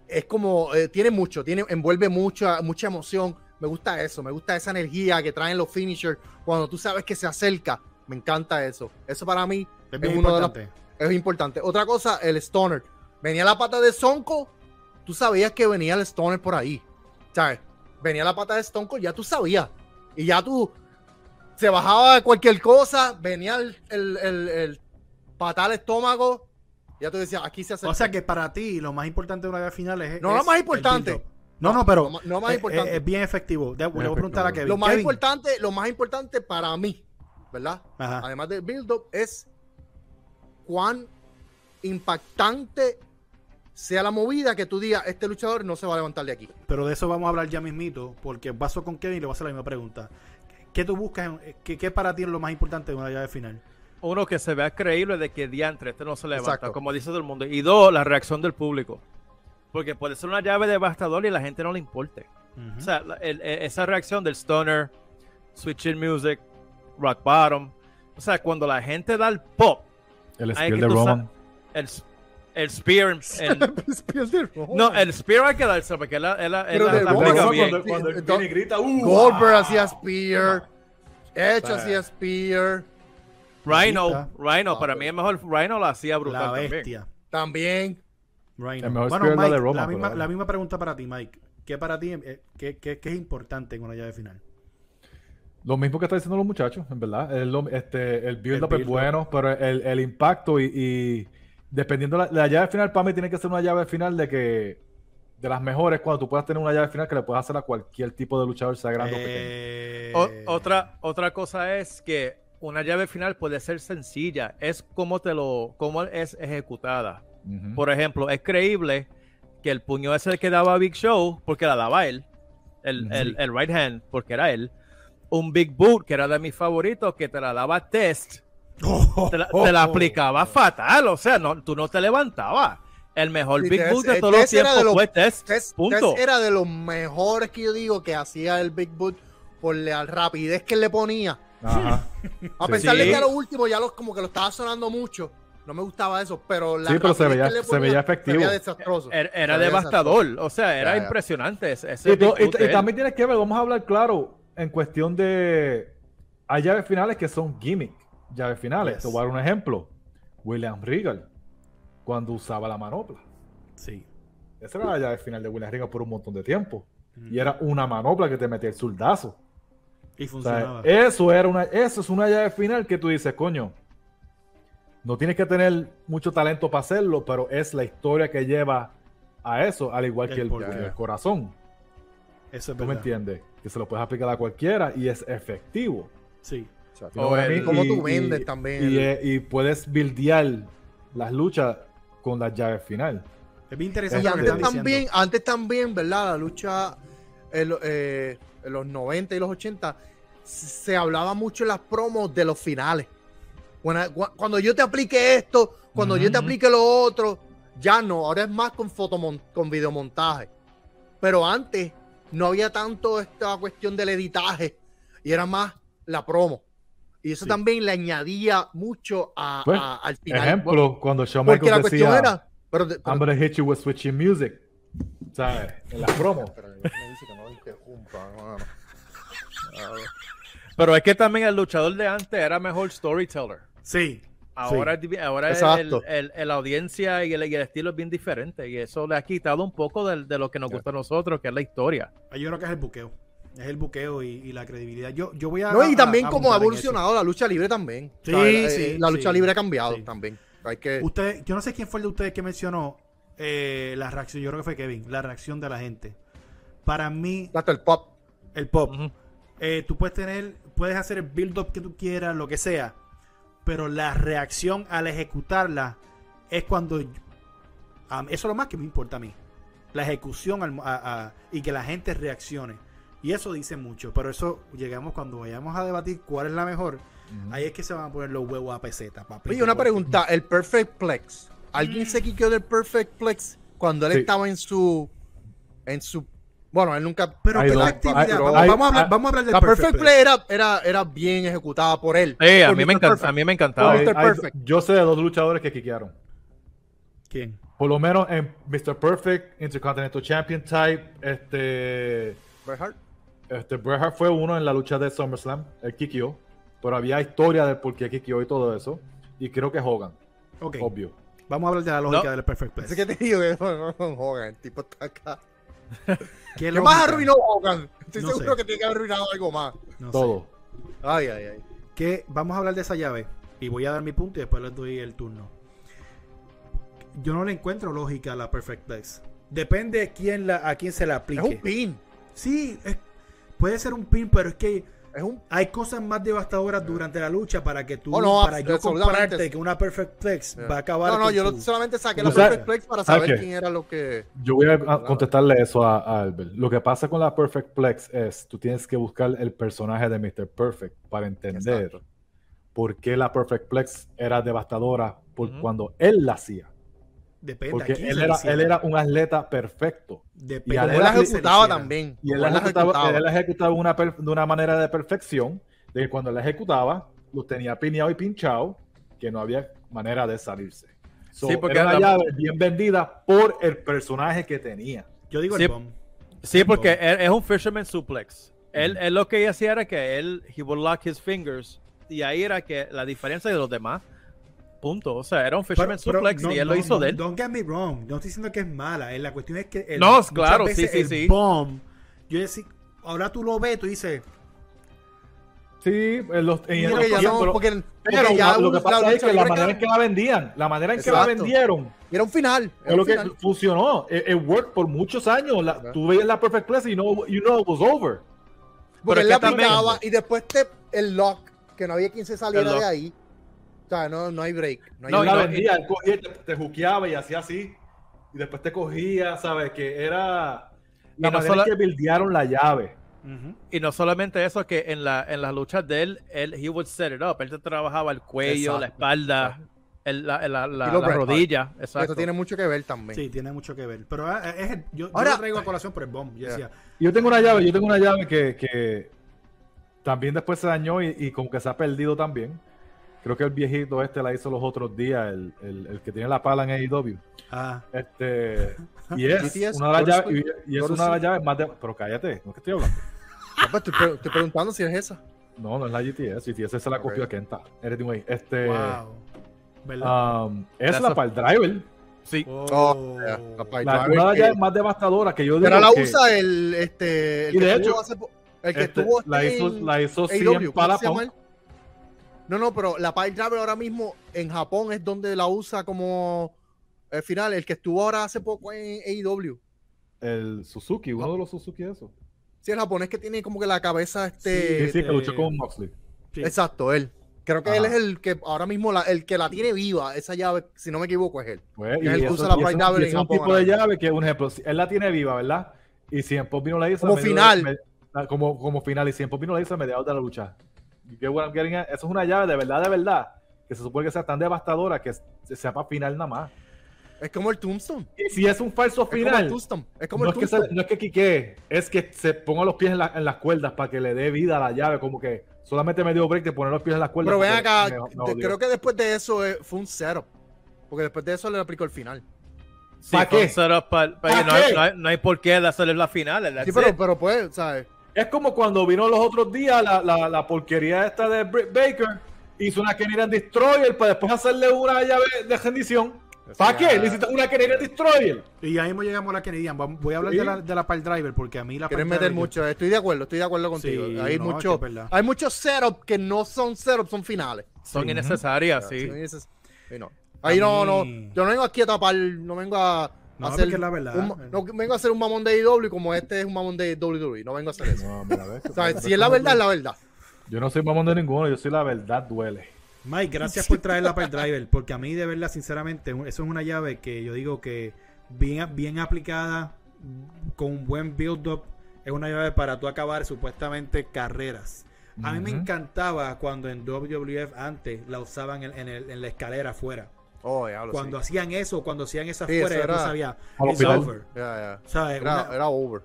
es como, eh, tiene mucho, tiene, envuelve mucha, mucha emoción. Me gusta eso, me gusta esa energía que traen los finishers cuando tú sabes que se acerca. Me encanta eso. Eso para mí Es bien uno de los- importante. es importante. Otra cosa, el stoner. Venía la pata de Sonko, tú sabías que venía el stoner por ahí. ¿Sabes? Venía la pata de Sonko, ya tú sabías. Y ya tú se bajaba de cualquier cosa, venía el, el, el, el patada al estómago, ya tú decías, aquí se hace. O sea que para ti, lo más importante de una llave final es. No, es lo más el importante. build-up. No, no, pero. Lo ma- lo más es- importante. Es, es bien efectivo. De- le voy a efectivo. preguntar a Kevin. lo, más Kevin. importante, lo más importante para mí, ¿verdad? Ah. Ajá. además del build-up, es cuán impactante sea la movida que tú digas, este luchador no se va a levantar de aquí. Pero de eso vamos a hablar ya mismito, porque paso con Kevin y le voy a hacer la misma pregunta. ¿Qué tú buscas? en- ¿Qué, qué para ti es lo más importante de una llave final? Uno, que se vea creíble de que diantre, este no se levanta, Exacto. como dice todo el mundo. Y dos, la reacción del público. Porque puede ser una llave devastadora y la gente no le importe. Ujú. O sea, la- el- e- esa reacción del stoner, switching music, rock bottom. O sea, cuando la gente da el pop, El hay skill que de tú sa- Roman. el, s- el spear. el- no, el spear hay que darse porque él, la- él la- él Pero la- de la Ah, Roman pega fue bien. cuando, cuando el Do- Kenny grita, ¡uh! Goldberg ah". hacía Spear, Edge Ah. hacía Spear, Ahí Rhino, está. Rhino, Ah, para pero- mí el mejor Rhino la hacía brutal. la también. bestia. también. Rhino. El mejor Bueno, spear es la Mike, de Roma, la, misma, pero- la misma pregunta para ti, Mike. ¿Qué para ti eh, qué, qué- qué es importante en una llave final? Lo mismo que están diciendo los muchachos, en verdad. El, este, el El build-up build-up. es bueno, pero el, el impacto y, y dependiendo la, la llave final, para mí tiene que ser una llave final de que de las mejores, cuando tú puedas tener una llave final que le puedas hacer a cualquier tipo de luchador, sea grande o pequeño. Eh, O- otra, otra cosa es que una llave final puede ser sencilla, es cómo te lo, cómo es ejecutada. Ujú. Por ejemplo, es creíble que el puño ese que daba Big Show, porque la daba él, el, el- Sí. el right hand, porque era él, un Big Boot, que era de mis favoritos, que te la daba Test, te la, te la aplicaba fatal, o sea, no, tú no te levantabas. El mejor Sí, Big Test- Boot de eh, todos los Test era tiempos de los- fue Test, Tess, punto. Tess era de los mejores que yo digo que hacía el Big Boot por la rapidez que él le ponía. Ajá. A Sí. pesar de Sí. que a lo último ya los, como que lo estaba sonando mucho, no me gustaba eso, pero la Sí, pero se rapidez veía- que le se veía efectivo. veía desastroso. Era, Er, era Había devastador, o sea, era Ya, ya. impresionante. ese- ese Y, Big to- y- Boot y de él. también tienes que ver, vamos a hablar claro, en cuestión de. Hay llaves finales que son gimmick, llaves finales. Yes. Te voy a dar un ejemplo. William Regal, cuando usaba la manopla. Sí. Esa era la llave final de William Regal por un montón de tiempo. Y era una manopla que te metía el soldazo. Y O sea, eh, funcionaba. eso era una, eso es una llave final que tú dices, coño. No tienes que tener mucho talento para hacerlo, pero es la historia que lleva a eso, al igual El que el, porqué. que el corazón. Eso es ¿Tú me verdad. entiendes? Que se lo puedes aplicar a cualquiera y es efectivo. Sí. You know O what I el- mean? Cómo Y- tú vendes y- también Y, el- eh, y puedes buildear las luchas con las llaves final. Es bien interesante Y lo que antes están diciendo. también, antes también, ¿verdad? La lucha en, lo- eh, en los 90 y los 80 se hablaba mucho en las promos de los finales. Cuando, cu- cuando yo te aplique esto, cuando yo te Ujú. aplique lo otro, ya no, ahora es más con fotomon- con videomontaje. Pero antes no había tanto esta cuestión del editaje y era más la promo. Y eso Sí. también le añadía mucho a- Pues, a- al final. Ejemplo, cuando Shawn porque la Michaels cuestión decía, era... pero- pero- I'm gonna hit you with switching music. ¿Sabes? En las promos. Pero me dice que no lo interrumpa, hermano. Pero es que también el luchador de antes era mejor storyteller. Sí. Ahora, es divi- ahora el- Exacto. el- el- la audiencia y el, y el estilo es bien diferente. Y eso le ha quitado un poco del- de, lo que nos gusta a nosotros, que es la historia. Yo creo que es el buqueo. Es el buqueo y, y la credibilidad. Yo, yo voy a. No, y también a- a como ha abundar en eso. evolucionado la lucha libre también. Sí, O sea, eh, sí, La lucha sí. libre ha cambiado Sí. también. Hay que. Ustedes, yo no sé quién fue el de ustedes que mencionó eh, la reacción, yo creo que fue Kevin, la reacción de la gente. Para mí, Hasta el pop. el pop, Ujú. eh, tú puedes tener, puedes hacer el build-up que tú quieras, lo que sea, pero la reacción al ejecutarla es cuando... yo- a- eso es lo más que me importa a mí. La ejecución al- a- a- y que la gente reaccione. Y eso dice mucho, pero eso llegamos cuando vayamos a debatir cuál es la mejor. Ahí es que se van a poner los huevos a peseta, papi. Oye, una pregunta. El Perfect Plex. ¿Alguien Mm. se quiqueó del Perfect Plex cuando él Sí. estaba en su. en su. Bueno, él nunca. Pero Ay, ¿qué no, actividad? ay, no. vamos, Ay, vamos a hablar, ay, vamos a hablar del La Perfect Play. Play era, era, era bien ejecutada por él. Eh, a Por mí me Mr. encanta, Perfect. a mí me encantaba. Hay- Mr. hay- Perfect. yo sé de dos luchadores que quiquearon. ¿Quién? Por lo menos en Mr. Perfect, Intercontinental Champion type, este. Bret Hart. Este, Bret Hart fue uno en la lucha de SummerSlam, el Kikio, pero había historia del por qué Kikio y todo eso. Y creo que Hogan, Ok, obvio. vamos a hablar de la lógica No. del Perfect Play. Así que te digo que no, no, Hogan, el tipo está acá. ¿Qué ¿Qué lógica? más arruinó Hogan? Estoy No seguro sé. que tiene que haber arruinado algo más. No sé. todo. Ay, ay, ay. Que vamos a hablar de esa llave. Y voy a dar mi punto y después les doy el turno. Yo no le encuentro lógica a la Perfect Place. Depende de quién la, a quién se la Es aplique. un pin. Sí, es- puede ser un pin, pero es que Es un. hay cosas más Eh. devastadoras durante la lucha para que tú, Oh, no, para yo absolutamente. Eh. comprarte que una Perfect Plex va a acabar. No, no, con yo tu- lo- solamente saqué Tú la sabes- Perfect Plex para ¿sabes saber qué? quién era lo que. Yo voy a a contestarle eso a, a Albert. Lo que pasa con la Perfect Plex es, tú tienes que buscar el personaje de Mr. Perfect para entender Exacto. por qué la Perfect Plex era devastadora por Ujú. cuando él la hacía. Depende Porque a quién se él le era, hiciera. él era un atleta perfecto. Depende y a a él quién Como él la se le ejecutaba hiciera. también. Y él Como la ejecutaba, ejecutaba. él la ejecutaba una per- de una manera de perfección, de que cuando la ejecutaba, los tenía pineado y pinchado, que no había manera de salirse. So, Sí, porque era una la- llave bien vendida por el personaje que tenía. Yo digo Sí. el bomb. Sí, porque él es un fisherman suplex. Él, Ujú. él lo que hacía era que él, he would lock his fingers. Y ahí era que la diferencia de los demás, punto. O sea, era un fisherman Pero- pero suplex no- y él no- lo hizo no- de él. Don't get me wrong. No estoy diciendo que es mala. eh, La cuestión es que. el- No, muchas claro, sí, sí, el sí. Bomb, yo decía, ahora tú lo ves, tú dices. Sí, en los, en- Porque ya pero- no, porque, pero porque ya lo un- que pasa es que la libre manera en era- que la vendían, la manera en que la Exacto. vendieron, era un final. es Era lo un que final. funcionó. It, it worked por muchos años. La- Ajá. tú veías la Perfect Place y no, you know it was over. Pero Porque es él que la también- picaba y después te, el lock, que no había quien se El saliera lock. de ahí. O sea, no, no hay break. No hay Él No, y la no- vendía, él cogía, te, te juqueaba y hacía así. Y después te cogía, ¿sabes? Que era Y la no manera sola- en que bildearon la llave. ujú, Y no solamente eso, que en, la, en las luchas de él, él, he would set it up. Él te trabajaba el cuello, la Exacto, espalda, el- la, la, la- Y los la Bret Hart. rodilla. break. Eso Exacto. tiene mucho que ver también. Sí, tiene mucho que ver. Pero ah, es el- yo, yo Ahora- lo traigo a colación por el bomb. Yo Yeah. decía, Yo tengo una llave, yo tengo una llave que, que también después se dañó y, y como que se ha perdido también. Creo que el viejito este la hizo los otros días, el, el- el que tiene la pala en AEW. ah, Este, y es BTS, una de las Dorsey, llaves, y, y es una de las Dorsey. llaves más de... Pero cállate, no es que estoy hablando. Ah, pues, estoy, pre- estoy preguntando si es esa. No, no es la GTS, GTS se la Ok. copió a Kenta. Anyway, Eh, este, wow. ah, ¿Verdad? um, es That's la a- para el driver. Sí. Oh. Yeah, la pipe La una de driver que- las llaves más devastadora que yo digo Pero la que, usa el este el Y de estuvo hecho, hace po- el que este, estuvo la en hizo, la hizo AEW, 100 ¿cómo para se llama Punk. él? No, no, pero la Pile Driver ahora mismo en Japón es donde la usa como el final, el que estuvo ahora hace poco en E AEW. el Suzuki, uno de los Suzuki eso. Sí, el japonés que tiene como que la cabeza Sí, este sí, que Este- luchó con Moxley. Sí. exacto, él. Creo que él es Ajá. el que ahora mismo la, el que la tiene viva, esa llave, si no me equivoco es él. Pues, Es el que usa la Pride un- Double y es en un Japón, tipo de ¿verdad? llave que, un ejemplo, si él la tiene viva, ¿verdad? Y si en Pop vino la hizo. Como a medio final. de- me- ah, como, como final. Y si en Pop vino la hizo a mediados de la lucha. You get what I'm getting at? eh, Eso es una llave de verdad, de verdad. Que se supone que sea tan devastadora que se- sea para final nada más. Es como el Tombstone. Y si es un falso Es como el final, Tombstone. Es como no el es, que se, Tombstone. no es que quique, es que se ponga los pies en, la- en las cuerdas para que le dé vida a la llave. Como que solamente me dio break de poner los pies en las cuerdas. Pero ven porque acá, me- me de- jodió. creo que después de eso eh, fue un setup. Porque después de eso le aplicó el final. sí ¿Pa' fue un qué? setup pa- pa- ¿Pa' no, hay, qué? no hay- no hay por qué hacerle la final. that's Sí, pero, it. pero pues, ¿sabes? Es como cuando vino los otros días la, la, la porquería esta de Britt Baker, hizo una Canadian Destroyer para después hacerle una llave de rendición. ¿Para qué? Le hiciste una Canadian Destroyer. Y ahí mismo llegamos a la Canadian. Vamos- Voy a hablar Sí. de la, de la Pile Driver porque a mí la Quieren Pile meter Driver- mucho. Estoy de acuerdo, estoy de acuerdo contigo. Sí, hay no, mucho, es que es verdad. hay muchos setups que no son setups, son finales. Son Sí. innecesarias, sí. Son esos- sí, no. Ahí no, no. Ah, mí- Yo no vengo aquí a tapar, no vengo a, a No, hacer. porque es la verdad. un- no vengo a hacer un mamón de IW como este es un mamón de WWE. No vengo a hacer eso. No, mira, ves, O sea, si es la verdad, es la verdad. Yo no soy mamón de ninguno, yo soy la verdad, duele. Mike, gracias por traer la driver, porque a mí de verdad, sinceramente, un- eso es una llave que yo digo que bien, bien aplicada, con un buen build-up, es una llave para tú acabar supuestamente carreras. A mí me Ujú. encantaba cuando en WWF antes la usaban en, en el- en la escalera afuera. Oh, ya lo Cuando hacían eso, cuando hacían eso Sí, eso afuera, yo era- sabía, Al it's hospital. over. sé. Ya, ya. ¿Sabes? Era, Una- era over.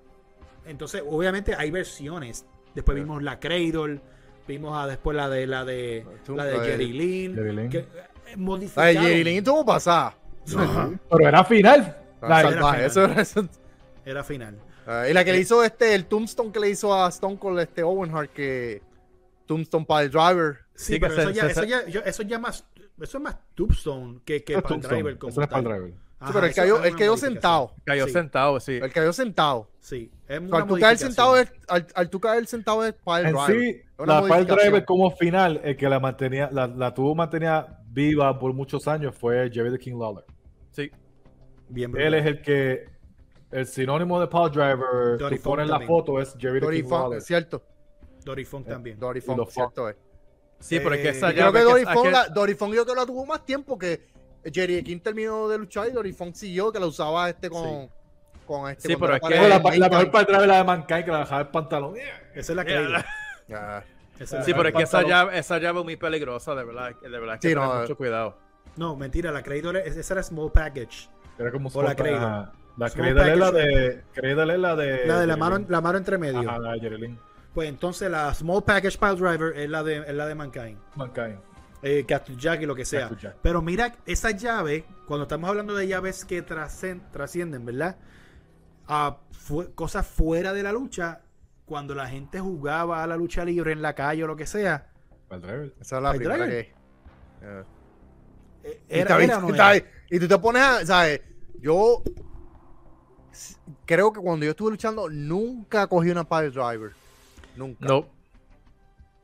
entonces, obviamente hay versiones. Después Sí. vimos la Cradle, vimos a después la de la de Tú, la de la de- Jerry Lynn, Jerry Lynn. que, eh, La de modificaron. Jerry Lynn tuvo pasada. Ajá, Pero era final. Era La- salvaje, era eso era- eso- Era final. Ah, y la que le hizo este, el Tombstone que le hizo a Stone Cold este Owen Hart, que Tombstone para el driver. Sí, Sí, que pero se- eso, ya, se- eso, ya, yo- eso ya más eso es más Tombstone que, que Eso Pal es Ah, Tombstone, Driver como eso es tal. Pal Driver. Ajá, Sí, pero él eso cayó, es él una cayó modificación. sentado. Cayó Sí. sentado, sí. Él cayó sentado. Sí, es una Al tú caer modificación. sentado, es, al, al tú caer sentado es para el En driver. sí, una la Pile modificación. Driver como final, el que la mantenía, la, la tuvo mantenida viva por muchos años fue Jerry the King Lawler. sí. Bien, Él es el que, el sinónimo de Pile Driver, Dory tú pones Funk la también. foto, es Jerry the Dory King Funk, Lawler. cierto. Dory Funk también. Dory Y los Funk, cierto es. Sí, pero es que Eh, esa yo Creo llave que que- Dory aquel- Funk, la- Dory Funk yo creo que la tuvo más tiempo que Jerry King terminó de luchar y Dory Funk siguió, que la usaba este con, Sí. con este. Sí, con pero la es que- Pero la, pared de la mejor Mankind. Pile Driver es la de Mankind, que la dejaba el pantalón. Esa es la Yeah. Cradle. Ah, Esa es Sí, la pero es que esa pantalón. llave, esa llave es muy peligrosa, de verdad. De verdad hay que Sí, tener no, eh. mucho cuidado. No, mentira, la Cradle es- esa era Small Package. Era como O la Scott- Cradle. ah, La Small Cradle es la package. de. Cradle es la de. La de la Jerry mano, Lynn. la mano entre medio. Eh, Ajá, la de Jerry Lynn. Pues entonces la Small Package Pile Driver es la de, es la de Mankind. Mankind. Eh, Cactus Jack y lo que sea. Cactus Jack. Pero mira, esa llave, cuando estamos hablando de llaves que trascen- trascienden, ¿verdad? A fu- cosas fuera de la lucha, cuando la gente jugaba a la lucha libre en la calle o lo que sea, Pile Driver. Esa es la Pile primera Driver. que. Ah. eh, Y era, está- era o no está- era? Y tú te pones a, ¿sabes? Yo s- creo que cuando yo estuve luchando nunca cogí una pile driver. Nunca. No,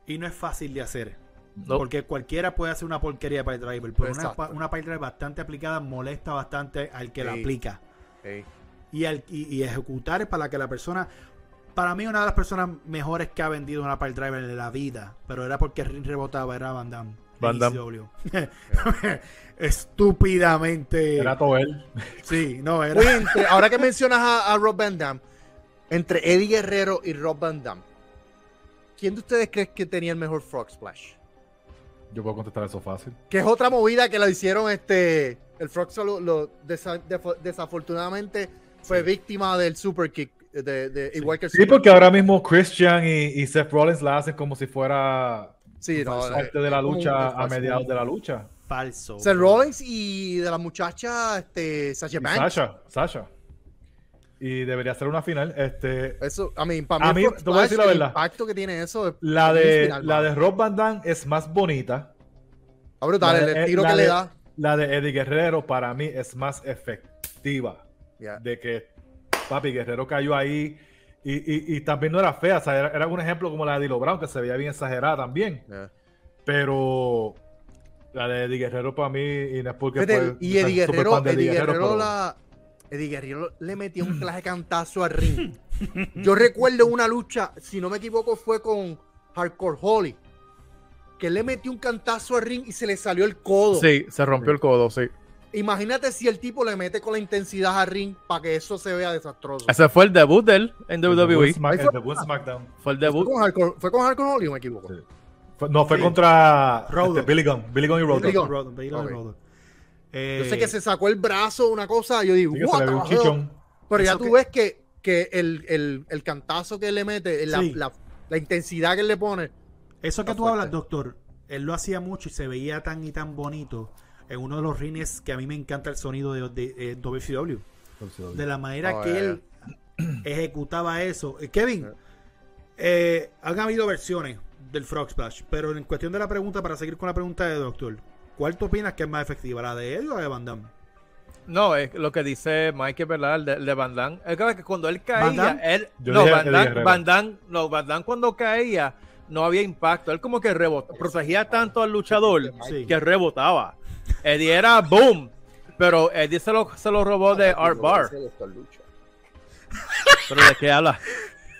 Y no es fácil de hacer. no. Porque cualquiera puede hacer una porquería de pile driver. Pero una, Exacto. pa- una pile driver bastante aplicada molesta bastante al que la Sí. aplica. Sí. y, al- y, y ejecutar es para que la persona. Para mí, una de las personas mejores que ha vendido una pile driver de la vida, pero era porque Rin rebotaba, era Van Damme. de Van Damme. ECW. Estúpidamente. Era todo él. Sí, no, era. Oye, entre- ahora que mencionas a, a Rob Van Dam, entre Eddie Guerrero y Rob Van Dam, ¿quién de ustedes cree que tenía el mejor Frog Splash? Yo puedo contestar eso fácil. Que es otra movida que la hicieron este. El Frog solo lo, desa- defo- desafortunadamente fue víctima del super kick. De, de, Igual que el Sí, super- porque ahora mismo Christian y, y Seth Rollins la hacen como si fuera Sí, no, eh, parte de la como un lucha a falso. mediados de la lucha. Falso. Seth Rollins y de la muchacha este, Sasha Y Banks. Sasha, Sasha. Y debería ser una final. Este, Eso, I mean, para mí, A el mí, Frog te voy a decir la Splash, el verdad. impacto que tiene eso es- la es de brutal, la mano. de Rob Van Dam es más bonita. Ah, brutal, la de- eh, el tiro la que le de- da. La de Eddie Guerrero para mí es más efectiva. Yeah. De que papi Guerrero cayó ahí y, y- y también no era fea. o sea, era, era un ejemplo como la de Dilo Brown que se veía bien exagerada también. Yeah. Pero la de Eddie Guerrero para mí y no es porque Fíjate, fue- y soy Eddie súper Guerrero, fan de Eddie Guerrero pero- la- Eddie Guerrero le metió un clase de cantazo al ring. Yo recuerdo una lucha, si no me equivoco, fue con Hardcore Holly. Que le metió un cantazo al ring y se le salió el codo. Sí, se rompió el codo, sí. Imagínate si el tipo le mete con la intensidad al ring para que eso se vea desastroso. Ese fue el debut de él en el de Will WWE. Smack- Ahí el fue- de Will SmackDown. Fue el ¿Fue debut. con Hardcore, fue con Hardcore Holly o me equivoco? Sí. Fue- no, fue Sí. contra este, Road Dogg. Billy Gunn. Billy Gunn y Road Billy Dogg. Gunn. Rodo- Bailey Ok. Rodo. Eh, Yo sé que se sacó el brazo, una cosa, yo digo, Sí, que se "What le vio the un hell?" chichón. Pero ya Eso tú que- ves que, que el, el- el cantazo que le mete, la, Sí. la- la intensidad que él le pone. Eso que Está tú fuerte. hablas, doctor, él lo hacía mucho y se veía tan y tan bonito en uno de los rines que a mí me encanta el sonido de, de, eh, WCW. de la manera Oh, que ya, él ejecutaba eso. Eh, Kevin, eh, han habido versiones del Frog Splash, pero en cuestión de la pregunta, para seguir con la pregunta de Doctor, ¿cuál tú opinas que es más efectiva, la de él o la de Van Damme? No, es lo que dice Mike, es ¿verdad? El de, el de Van Damme. Es verdad que cuando él caía, ¿Van Damme? él. Yo no, dije Van Eddie Damme, Guerrero. Van Damme- no, Van Damme cuando caía, no había impacto. Él como que rebotaba. Protegía tanto al luchador Sí. que rebotaba. Eddie era boom. Pero Eddie se lo, se lo robó de Art Bar. Pero de qué habla.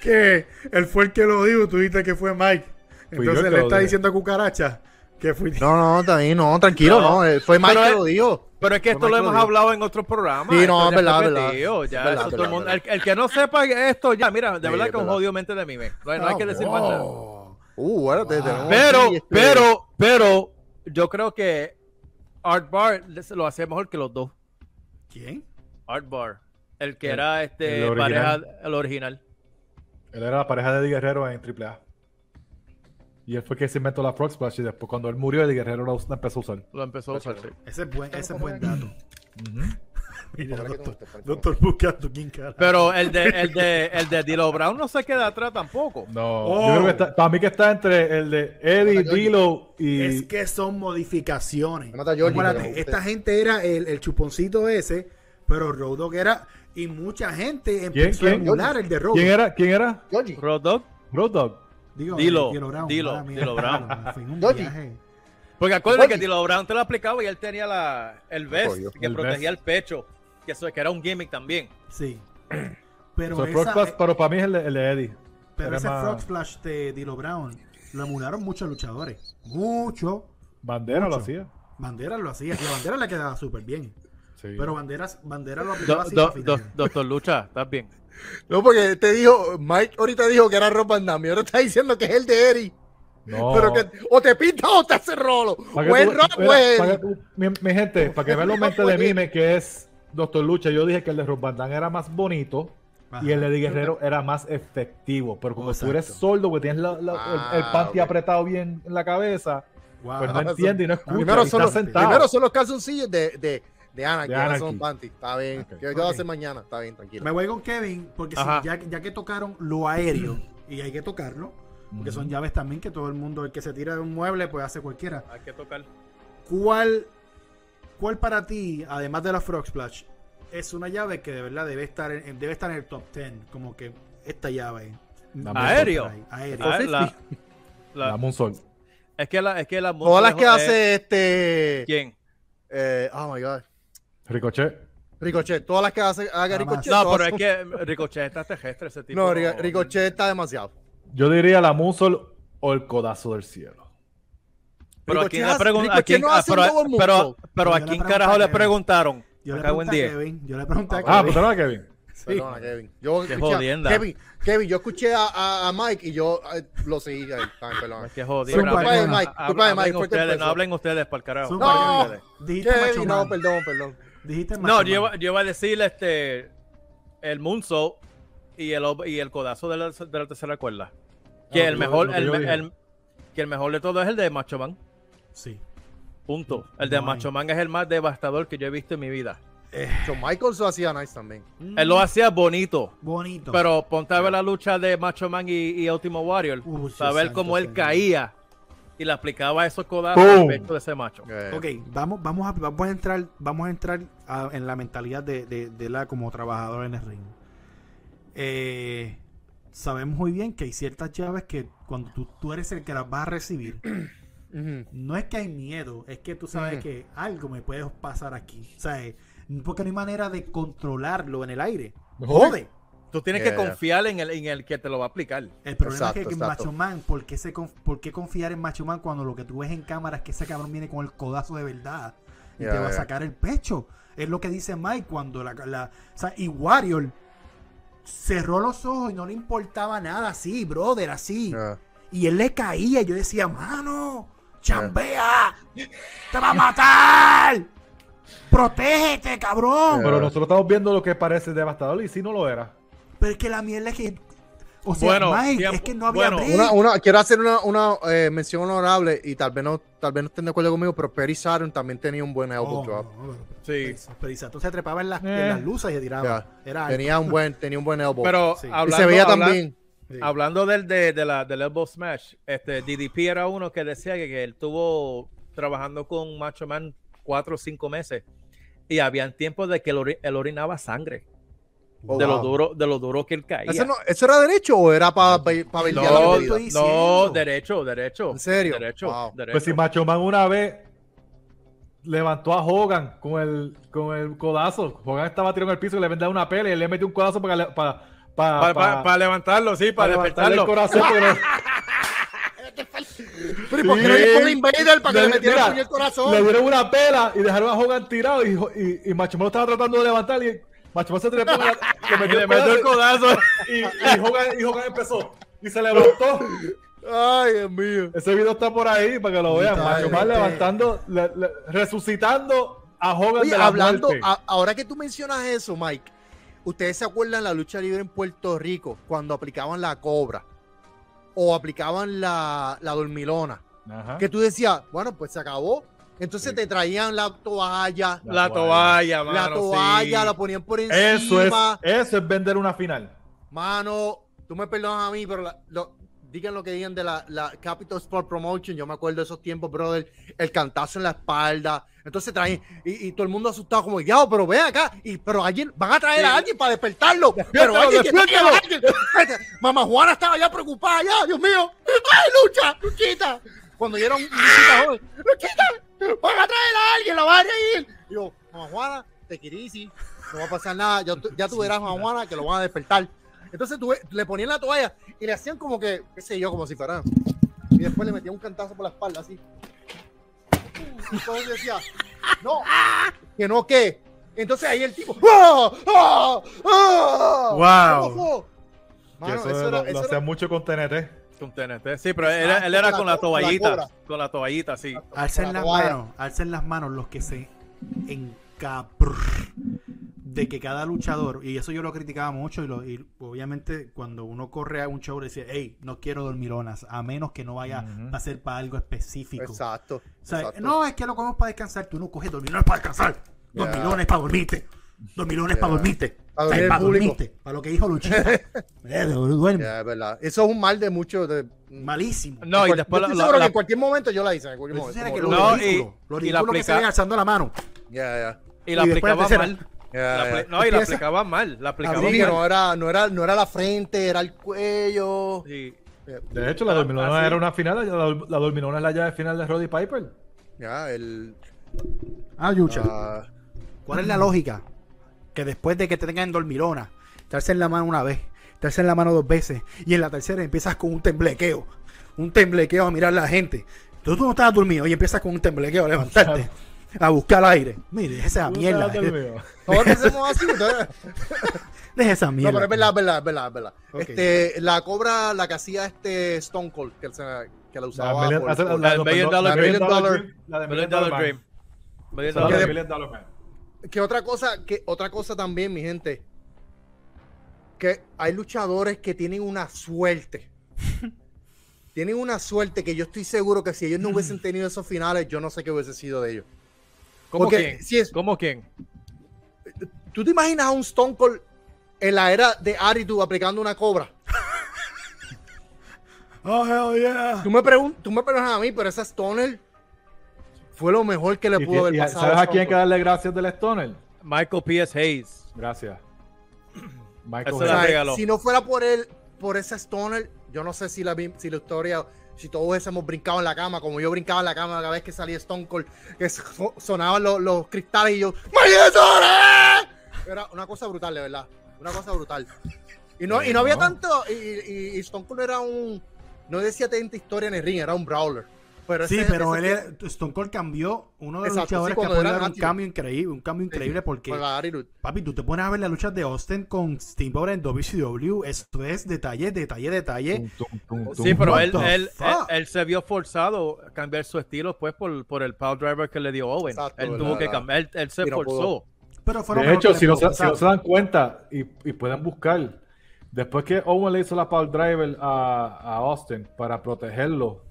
Que él fue el que lo dijo, tú dijiste que fue Mike. Pues Fui yo Entonces que le lo está dije. diciendo a Cucaracha que fui No, no, está bien, no, tranquilo, No, no. eh, Fue Mike pero que es- lo dijo. Pero es que esto Fue lo Mike hemos lo dijo. hablado en otros programas. Sí, no, esto ya es verdad, fue es verdad. repetido, ya, Es verdad, eso es todo el verdad, mundo- es el, el que no sepa esto, ya, mira, de es verdad que es un verdad. jodido mente de mime. No, hay- no hay que decir más nada. Oh. Uh, bueno, te- tenemos Pero, aquí, este, pero, pero, yo creo que Art Bar les- lo hacía mejor que los dos. ¿Quién? Art Bar. El que El- era este el pareja, original. el original. Él era la pareja de Eddie Guerrero en AAA. Y él fue que se inventó la Frog Splash. Y después, cuando él murió, Eddie Guerrero la us- la empezó a usar. Lo empezó a usar. sí. Ese es buen, ese es buen dato. Mira, Ojalá que doctor, no te este falte. doctor buscando quién cara. Pero el de, el de, el de Dilo Brown no se queda atrás tampoco. No, Oh. yo creo que está, para mí que está entre el de Eddie, Dilo y. es que son modificaciones. Me mata Georgie, Acuérdate, pero- esta gente era el, el chuponcito ese, pero Road Dogg era. Y mucha gente empezó ¿Quién? a emular el de Road ¿Quién Dogg. era? ¿Quién era? Georgie, Road Dogg. Road Dogg. Digo, Dilo, eh, Brown, dilo, mala mía, Dilo Brown. me fui en un Doggy. viaje. Porque acuérdate que Oye. Dilo Brown te lo aplicaba y él tenía la, el vest Coño. que El protegía vest. el pecho. Que eso que era un gimmick también. Sí. Pero So, Frog esa, eh, Splash, pero para mí es el de, el de Eddie. pero era ese más- Frog Splash de Dilo Brown lo emularon muchos luchadores. Mucho. Bandera lo Mucho. hacía. Banderas lo hacía. Y a Banderas le quedaba súper bien. Sí. Pero Banderas, Banderas lo aplicaba Do- así do- para do- finales. doctor Lucha, estás bien. No, porque te dijo, Mike ahorita dijo que era Rob Van Damme, y ahora está diciendo que es el de Eddie. No. Pero que o te pinta o te hace rolo. Para que O es tú- Rob mira, o es para que Eddie. tú- mi, mi gente, para que vean los mentes de mime que es Doctor Lucha, yo dije que el de Rob Van Dam era más bonito Ajá. y el de Eddie Guerrero era más efectivo. Pero como tú eres Exacto. sordo, que tienes la- la- el, el Ah, panty ok. apretado bien en la cabeza, Wow. pues no entiende y no escucha. Primero y son, está los, sentado. primero son los calzoncillos de, de, de Anarchy, De ahora Anarchy. son panty. Está bien. Ok. Que yo Ok. hace mañana. Está bien, tranquilo. Me voy con Kevin, porque si- Ajá. ya, ya que tocaron lo aéreo, y hay que tocarlo, porque Mm. son llaves también que todo el mundo, el que se tira de un mueble, pues hace cualquiera. Hay que tocar. ¿Cuál, cuál para ti, además de la Frog Splash, es una llave que de verdad debe estar en, en- debe estar en el top 10? Como que esta llave. Dame un sol, Aéreo. Ahí, aéreo. Ah, la- la- Dame un sol. es que la, es que la Todas las que eh, hace este. ¿Quién? eh, oh my God. Ricochet. Ricochet. Todas las que hace, Nada haga Ricochet. No, todas pero es son- que eh, Ricochet está terrestre ese tipo. No, Ri- Ricochet está demasiado. Yo diría la Musol o el codazo del cielo. Pero Ricochet aquí hace- pregunta, Ricochet no hace un pero, double pero, moonsault. pero Yo a le quién pregunté carajo a le Kevin. preguntaron. Yo Me le cago en pregunté a 10. Kevin. Yo le pregunté a Ah, Kevin. pues no, Kevin. Sí. Perdona, Kevin. Yo escuché Qué a- jodienda. Kevin, Kevin, yo escuché a, a- a Mike y yo eh, lo seguí. a él. Ah, perdona. Es que jodido. Son pero culpa de hablen- Mike, culpa ha- de Mike, hablen fue que ustedes, No empezó. hablen ustedes, para el carajo. Son No, para No. Dijiste Kevin, macho no, man. perdón, perdón. Dijiste macho yo, man. iba- yo iba a decir este, el Munso y el, ob- y el codazo de la, de la tercera cuerda. Que Ah, el yo- mejor, lo que el, yo me- dije. el- que el mejor de todo es el de Macho Man. Sí. Punto. El de No hay. Macho Man es el más devastador que yo he visto en mi vida. John Michael lo hacía nice también. Él lo hacía bonito. Bonito. Pero ponte a ver la lucha de Macho Man y, y Ultimo Warrior. Uy, para ver santo cómo él señor. caía y le aplicaba esos codazos al ¡Pum! pecho de ese macho. Eh, Ok, vamos, vamos, a, vamos a entrar, vamos a entrar a- en la mentalidad de, de- de la como trabajadora en el ring. Eh, sabemos muy bien que hay ciertas llaves que cuando tú, tú eres el que las vas a recibir, ujú. no es que hay miedo, es que tú sabes Ujú. que algo me puede pasar aquí. O sea, eh, porque no hay manera de controlarlo en el aire. Jode. Tú tienes Ya, que ya. confiar en el, en el que te lo va a aplicar. El problema es Exacto, que en exacto. Macho Man, ¿por qué, se conf- ¿por qué confiar en Macho Man cuando lo que tú ves en cámara es que ese cabrón viene con el codazo de verdad y Ya, te va a ya. sacar el pecho? Es lo que dice Mike cuando la, la- o sea, y Warrior cerró los ojos y no le importaba nada así, brother, así. Ya. Y él le caía y yo decía, mano, chambea, te va a matar, protégete, cabrón. Pero nosotros estamos viendo lo que parece devastador y si no lo era. Pero es que la mierda es que, o sea, Bueno, Mike, tiempo- es que no había bueno, break. Una, una, quiero hacer una, una eh, mención honorable y tal vez no, tal vez no estén de acuerdo conmigo, pero Perry Saturn también tenía un buen elbow Oh, drop. no, no, Sí. Pero Isato pues, se trepaba en las, Eh. en las luces y se tiraba. Ya. Era alto. Tenía un buen, tenía un buen elbow. Pero Sí. Y se y hablando, se veía habla- también. Sí. hablando del, de, de la, del Elbow Smash, este, DDP era uno que decía que, que él estuvo trabajando con Macho Man cuatro o cinco meses y habían tiempos de que él, ori- él orinaba sangre Oh, de, lo wow. duro, de lo duro que él caía. ¿Eso, no- ¿Eso era derecho o era para pa, pa No, verdear la no, bebida? estoy no, diciendo. derecho, derecho. ¿En serio? Derecho, Wow. derecho. Pues si Macho Man una vez levantó a Hogan con el, con el codazo. Hogan estaba tirado en el piso y le vendía una pelea y le metió un codazo para, le- para, para, Para para- levantarlo, sí, para, levantarle despertarlo. el corazón. pero- Pero ¿y por qué no Sí. llegó un invader para que le, Le- metiera mira, el puño en el Le corazón? dieron una pela y dejaron a Hogan tirado y, y, y Macho Man lo estaba tratando de levantar y Macho Man se trepó y le Y metió le el metió el pedazo codazo. y, y Hogan, y Hogan empezó y se levantó. Ay, Dios mío. Ese video está por ahí para que lo vean. Ay, Macho Man este- levantando, le- le- resucitando a Hogan Oye, de la hablando, muerte. a- ahora que tú mencionas eso, Mike, ¿ustedes se acuerdan la lucha libre en Puerto Rico cuando aplicaban la cobra o aplicaban la, la dormilona? Ajá. Que tú decías, bueno, pues se acabó. Entonces Sí. te traían la toalla, la, La toalla, mano. toalla, sí. la ponían por encima. Eso es, eso es vender una final. Mano, tú me perdonas a mí, pero la- lo- digan lo que digan de la, la Capital Sport Promotion. Yo me acuerdo de esos tiempos, brother. El cantazo en la espalda. Entonces traen, y, y todo el mundo asustado, como, ya, pero ve acá. Y, pero alguien, van a traer a alguien para despertarlo. Pero alguien, que despiértalo. traiga a alguien. Vete. Mamá Juana estaba ya preocupada, ya, Dios mío. ¡Ay, lucha! ¡Luchita! Cuando yo era un luchita joven, ¡Luchita! ¡Van a traer a alguien! ¡La van a ir! Y yo, Mamá Juana, te quirisi. No va a pasar nada. Ya, tú- ya tú verás, Mamá Juana, que lo van a despertar. Entonces tú ve- le ponían la toalla y le hacían como que, qué sé yo, como si fuera. Y después le metían un cantazo por la espalda, así. Y todo el mundo decía, no, que no, que. Entonces ahí el tipo, ¡ah! ¡ah! ¡ah! Wow. ¿Cómo fue? Que Mano, eso, eso lo, era- lo eso hacían era- mucho con TNT. Con TNT. este. Sí, pero él, él era con la toallita. Con la toallita, sí. Alcen Con la las toalla. manos, alcen las manos los que se encapr de que cada luchador, y eso yo lo criticaba mucho, y, lo- y obviamente cuando uno corre a un show decía, hey, no quiero dormilonas, a menos que no vaya Ujú. a ser para algo específico. Exacto. O sea, exacto. no, es que lo comemos para descansar, tú no coges dormilonas para descansar, Yeah. dormilones para dormirte, dormilones para Yeah. dormirte, Para O sea, dormir para el público. dormirte, para lo que dijo Luchita, Eh, duerme, Ya, es verdad. Eso es un mal de muchos. De... malísimo. No, y Yo después la- estoy la- seguro la- que en cualquier momento yo la hice. En cualquier Eso momento. era Pues que como lo loco. No, y- ridículo, lo y la ridículo que se aplica- ven alzando la mano. Ya, ya. y la y después la aplicaba tercera. mal. ya, La ya. apli- no, y la Empieza- aplicaba mal. La aplicaba Sí, que mal. no era, no, era, no era la frente, era el cuello. Sí. De hecho, Ah, la dormilona así. era una final, la, dol- la dormilona es la llave final de Roddy Piper. Ya, el. Ah, Yucha. ah, ¿Cuál es la lógica? Que después de que te tengan en dormirona, te alcen la mano una vez, te alcen la mano dos veces, y en la tercera empiezas con un temblequeo. Un temblequeo a mirar a la gente. Tú, tú no estabas dormido y empiezas con un temblequeo a levantarte, a buscar aire. Mire, deja esa Tú mierda. estabas dormido. Ahora hacemos así. entonces- Deja esa No, mierda. pero es verdad, es verdad, es verdad. es verdad. Ok. Este, la cobra, la que hacía este Stone Cold, que, él se- que La la usaba. million- por- hace- por- la- el la- million la- dollar la dream. million dollar dream, la de Million Dollar Dream. Million La Dollar de Dream. Million Dollar Man. que otra cosa, que otra cosa también, mi gente, que hay luchadores que tienen una suerte. tienen una suerte que yo estoy seguro que si ellos no hubiesen tenido esos finales, yo no sé qué hubiese sido de ellos. ¿Cómo Porque quién? si es- ¿Cómo quién? ¿Tú te imaginas a un Stone Cold en la era de Attitude aplicando una cobra? Oh, hell yeah. Tú me, pregun- tú me preguntas a mí, pero esa Stoner fue lo mejor que le Y pudo tie- haber y pasado. ¿Sabes a Stone quién hay que Cold. darle gracias del Stoner? Michael P.S. Hayes. Gracias. Eso Michael era- O sea, Hayes. regaló. Si no fuera por él, por esa Stoner, yo no sé si la, vi- si la historia, si todos hubiésemos brincado en la cama, como yo brincaba en la cama cada vez que salía Stone Cold, que so- sonaban los, los cristales y yo, ¡María Stoner! Era una cosa brutal, de verdad. Una cosa brutal. Y no, y no había Bueno. tanto. Y, y- y Stone Cold era un. No decía tanta historia en el ring, era un brawler. Pero Sí, ese- pero ese él tío- era- Stone Cold cambió uno de los Exacto, sí, luchadores que ha cuando podido era dar un Attitude. cambio increíble, un cambio increíble porque con la Attitude. Papi, tú te pones a ver las luchas de Austin con Steamboat en WCW. Esto es detalle, detalle, detalle. Tum, tum, tum, tum. Sí, pero What él, the él, él, fuck? él se vio forzado a cambiar su estilo pues por, por el power driver que le dio Owen. Exacto, él ¿verdad? tuvo que cambiar, él, él se Y no forzó. Pero fueron De hecho, si no, los se, si no se dan cuenta y, y pueden buscar, después que Owen le hizo la power driver a, a Austin para protegerlo,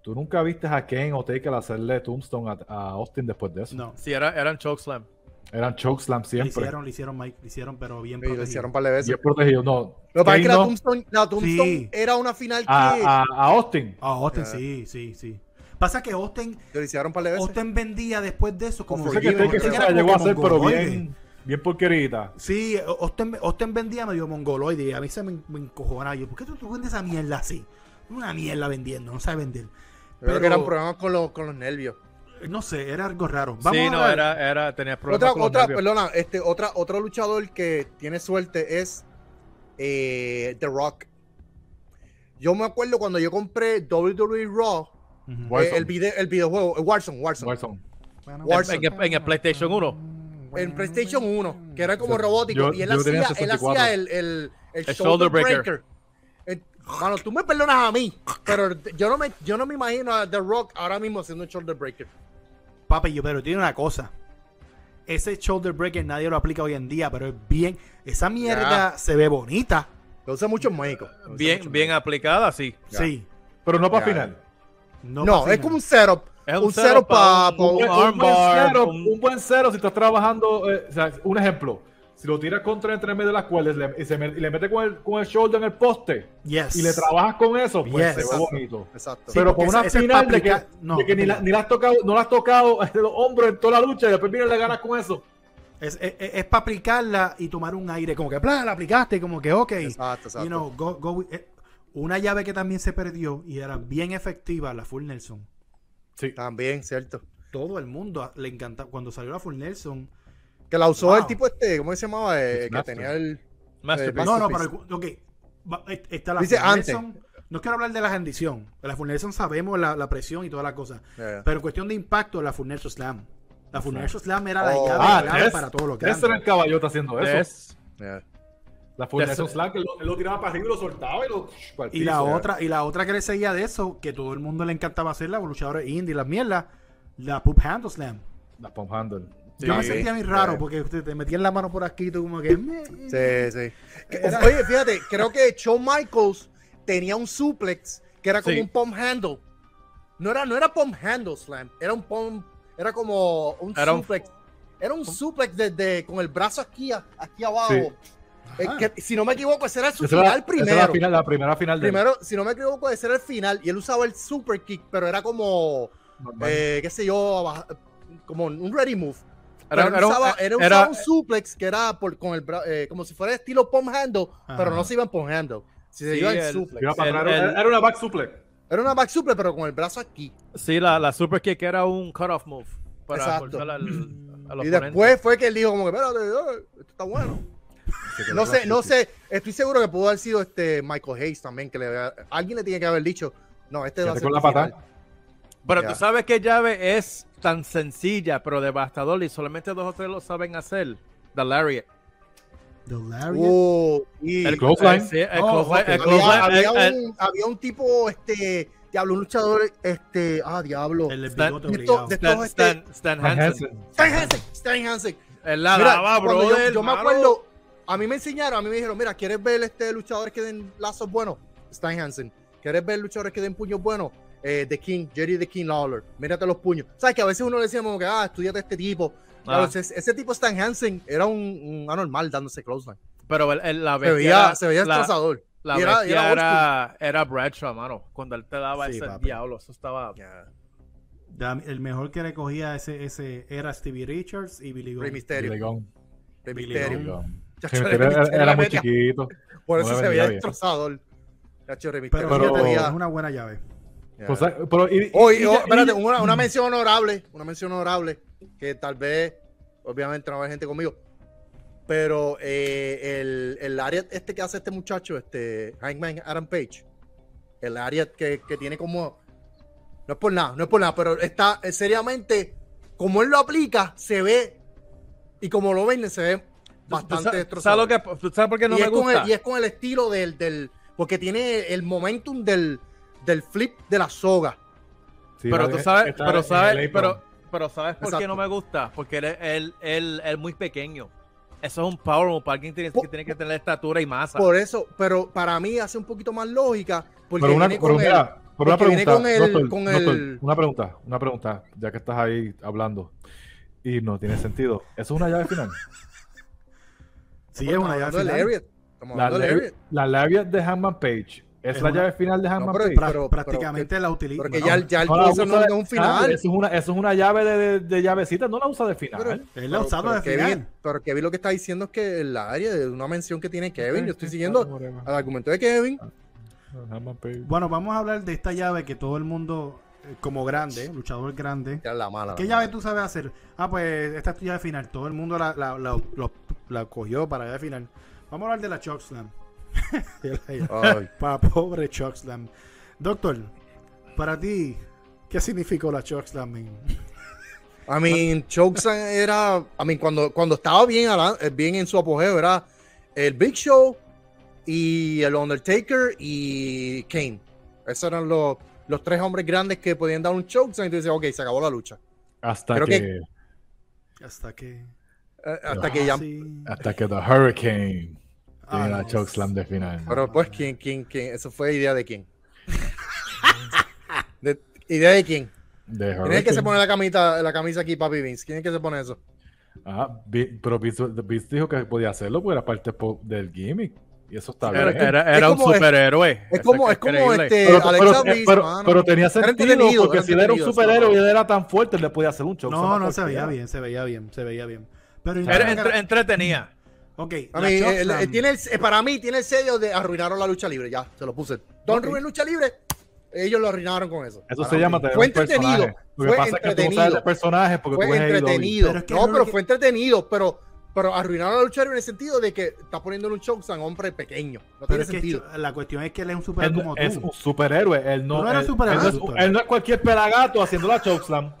tú nunca viste a Kane o Taker hacerle tombstone a, a Austin después de eso. No, Sí, era, eran chokeslam. Eran chokeslam lo siempre. hicieron, lo hicieron, Mike. Lo hicieron, pero bien Y lo protegido. hicieron un par de veces. Bien protegido, no. Lo que pasa es que Kane la no, Tombstone, la Tombstone Sí. era una final que a, a, a Austin. Ah, Austin, Ya. sí, sí, sí. Pasa que Austin, lo hicieron un par de veces. Austin vendía después de eso como... Yo sé que ridículo, Taker Austin sí se era la llegó a como que hacer, pero mongoloide. bien, bien porquerita. Sí, Austin, Austin vendía medio mongoloide y a mí se me, me encojona. Yo, ¿por qué tú, tú vendes esa mierda así? Una mierda vendiendo, no sabe vender. Yo creo que eran problemas con, los- con los nervios. No sé, era algo raro. Vamos Sí, a no, hablar- era, era, tenía problemas Otra, con los otra, nervios. perdona, este, otra, otro luchador que tiene suerte es eh, The Rock. Yo me acuerdo cuando yo compré WWE Raw, Ujú. Warzone. eh, el, vide- el videojuego, eh, Warzone, Warzone, Warzone. En, en- en el PlayStation 1. En PlayStation 1, que era como Yo- robótico, y él yo tenía hacía, él 64. hacía el, el, el El shoulder shoulder breaker. breaker. Eh, Mano, tú me perdonas a mí, pero yo no me, yo no me imagino a The Rock ahora mismo haciendo un shoulder breaker. Papi, yo, pero tiene una cosa. Ese shoulder breaker nadie lo aplica hoy en día, pero es bien. Esa mierda se ve bonita. Lo usa mucho en México. lo usa mucho Bien, en bien México. aplicada, sí. Ya. Sí. Pero no para Ya. final. No, No, fascina. es como un setup. Es Un cero pa- Un, pa- un buen- un buen armbar, cero, un- un buen cero si estás trabajando. eh, o sea, un ejemplo. Si lo tiras contra entre medio de las cuerdas le- y, se me- y le metes con el, con el shoulder en el poste Yes. y le trabajas con eso, pues Yes. se ve Exacto. bonito. Exacto. Sí, pero porque con una esa- esa es final de que, paprika- no, de que ni, la, perdón. ni la has tocado, no la has tocado este, los hombros en toda la lucha y después viene le ganas con eso. Es, para aplicarla y tomar un aire. Como que, bla, la aplicaste. Como que, ok. Exacto, exacto. You know, go, go with- eh, una llave que también se perdió y era bien efectiva, la Full Nelson. También, cierto. Todo el mundo a- le encantaba. Cuando salió la Full Nelson. Que la usó Wow. el tipo este, ¿cómo se llamaba? Eh, que Master. tenía el. Masterpiece. Masterpiece. No, no, pero. el- Ok. va- eh, Está la Dice Full antes. Nelson. No quiero hablar de la rendición. De La Full Nelson sabemos la, la presión y toda la cosa. eh, Pero en cuestión de impacto, la Furniture Slam. La Furniture Slam era Oh, la llave ah, clave Tess. para todo lo que Ese era el caballota haciendo eso. Yes. eh. La formación Yes. slack, él lo, él lo tiraba para arriba y lo soltaba y lo. para el y la piso. otra, y la otra que le seguía de eso, que todo el mundo le encantaba hacer, la luchadores indie, las mierdas, la Poop Handle Slam. La pump handle. Yo me Sí, sentía bien raro sí. porque te, te metían la mano por aquí y tú como que. "Me". Sí, sí. Que- Era- Oye, fíjate, creo que Shawn Michaels tenía un suplex que era como Sí. un pump handle. No era, no era pump handle slam, era un pump, era como un Era un- suplex. Era un suplex desde con el brazo aquí, a- aquí abajo. Sí. Eh, que, si no me equivoco, ese era su Esa era la- final esa era la, primero. final, la primera final de Primero, si no me equivoco, ese era el final. Y él usaba el super kick, pero era como, normal. eh, qué sé yo, abajo- como un ready move. Era, Pero él era un- eh, usaba, él era- usaba un suplex que era por, con el bra- eh, como si fuera estilo pump handle, Ajá. pero no se iba en pump handle. Se Sí, iba en el- suplex. Iba para el- atrás, era- el- era una back suplex. Era una back suplex, pero con el brazo aquí. sí, la, la super kick era un cutoff move para Exacto. cortar al, al Y oponente. después fue que él dijo como que, espérate, eh, esto está bueno. No sé, no sé. Estoy seguro que pudo haber sido este Michael Hayes también, que le había- alguien le tiene que haber dicho, no, este va a Quédate ser con tu la final". patada. Pero Ya. tú sabes que llave es tan sencilla, pero devastadora y solamente dos o tres lo saben hacer. The Lariat. The Lariat. Oh, sí. El clothesline. eh, sí, el Oh, clothesline, ok. el había, clothesline, había el- el- un, había un tipo, este, diablo, un luchador, este, ah, diablo. el Stan- bigote de obligado. to- de- Stan, todos este- Stan- Stan Van Hansen. Hansen. Stan Hansen, Stan Hansen. Él la Mira, daba, cuando yo- Ah, brother, yo, me mano. acuerdo, a mí me enseñaron, a mí me dijeron, mira, ¿quieres ver este luchadores que den lazos buenos? Stein Hansen. ¿Quieres ver luchadores que den puños buenos? Eh, The King, Jerry The King Lawler. Mírate los puños. ¿Sabes que a veces uno le decía como que, ah, estudiate este tipo? Claro, Ah, ese, ese tipo Stan Hansen era un, un anormal dándose clothesline. pero el- el- la Se bestia veía, era- se veía la, estresador. la y era- bestia era old era, era Bradshaw, mano. Cuando él te daba Sí, ese papi. diablo, eso estaba... Ya, El mejor que recogía ese, ese era Stevie Richards y Billy Rey Gunn. Mysterio. Billy Gunn, Rey Billy Mysterio. Billy Gunn. Gunn. Chacho, Sí, Rey pero era, Mysterio era la muy metía. chiquito. Por No eso le se venía veía bien. destrozador. Chacho, Rey Pero, Mysterio Pero- se fíjate, veía- es una buena llave. Yeah. Pues, pero, y- y- Oye, y- oh, y- espérate, una, una mención honorable, una mención honorable, que tal vez, obviamente no va a haber gente conmigo, pero eh, el, el área este que hace este muchacho, este Hangman Adam Page, el área que, que tiene como, no es por nada, no es por nada, pero está eh, seriamente, como él lo aplica, se ve, y como lo ven, se ve ¿Tú, bastante sa- destrozado. sabes lo que, ¿Tú sabes por qué no y, me es con gusta? el, y es con el estilo del, del, porque tiene el momentum del, del flip de la soga. Sí, pero la- tú sabes, está pero en el sabes, apron. pero, pero sabes por qué Exacto. no me gusta, porque él es él, él, él es muy pequeño. Eso es un power move para alguien que tiene, que Por- tiene que tener estatura y masa. Por eso, pero para mí hace un poquito más lógica. Porque Pero una, viene pero con el- mira, pero una porque viene pregunta, con el- doctor, con doctor, el- una pregunta, una pregunta, ya que estás ahí hablando y no tiene sentido. Eso es una llave final. Sí, es una estamos llave hablando del final. Lariat, estamos La, hablando del labia Lariat. de Hanman Page. Es, Es la una- llave final de Hanman pero- Page. Pra- pero- pero prácticamente la utiliza. Porque bueno, ya el, ya el No la Pulsar usa no de- es un ah, final. eso, es una, eso es una llave de, de- de llavecita, no la usa de final. Pero- Él la ha usado de Kevin, final. pero Kevin lo que está diciendo es que el área de una mención que tiene Kevin, yo estoy siguiendo al argumento de Kevin. Hanman Page. Bueno, vamos a hablar de esta llave que todo el mundo eh, como grande, luchador grande. Era la mala. la ¿Qué mala. llave tú sabes hacer? Ah, pues esta es tu llave final. Todo el mundo la, la, la- lo- la cogió para la llave final. Vamos a hablar de la Chuck Slam. Ay, para pobre Chuck Slam. Doctor, para ti, ¿qué significó la Chuck Slam? man? I mean, Chokeslam era. I mean, cuando, cuando estaba bien, ala- eh, bien en su apogeo, era el Big Show y el Undertaker y Kane. Esos eran los, los tres hombres grandes que podían dar un Chokeslam. Y tú dices, ok, se acabó la lucha. Hasta Creo que, que- Hasta que. Eh, hasta que ya. Ah, Sí. hasta que The Hurricane Ah, tiene la no. Chokeslam de final. Pero pues, ¿quién, quién, quién? Eso fue idea de quién. De- ¿Idea de quién? De ¿Quién es el que se Hurricane. pone la camisa, la camisa aquí, papi Vince? ¿Quién es el que se pone eso? Ah, Vi- pero Vince, Vince dijo que podía hacerlo porque era parte po- del gimmick. Y eso está Era, bien. era- Es era un como- es- superhéroe. Es como, Eso es como increíble. este pero, Alexa pero- eh, Bliss, pero- mano. pero tenía Era sentido entretenido, porque era si él era un entretenido, superhéroe y eso. él era tan fuerte, él le podía hacer un chokeslam No, a no se veía cualquiera. bien, se veía bien, se veía bien. Pero Era entre- entretenida. Ok, A la mí, Chuck eh, Slam- eh, tiene el- eh, para mí tiene el sello de arruinaron la lucha libre, ya, se lo puse. Don Ok. Rubén Lucha Libre, ellos lo arruinaron con eso. Eso Para se mí. llama tener Fue un personaje. entretenido, Lo fue que pasa es que tú no sabes entretenido, de personajes porque tú fue ves AEW. entretenido. Pero es que no, es lo pero que- fue entretenido, pero, pero arruinaron la lucha libre en el sentido de que está poniéndole un choke a un hombre pequeño. Pero No tiene es que sentido. Chu- la cuestión es que él es un Él superhéroe como tú. es un superhéroe. Él no, Tú no eres él- superhéroe, él no es- doctor. él no es cualquier pelagato haciendo la chokeslam.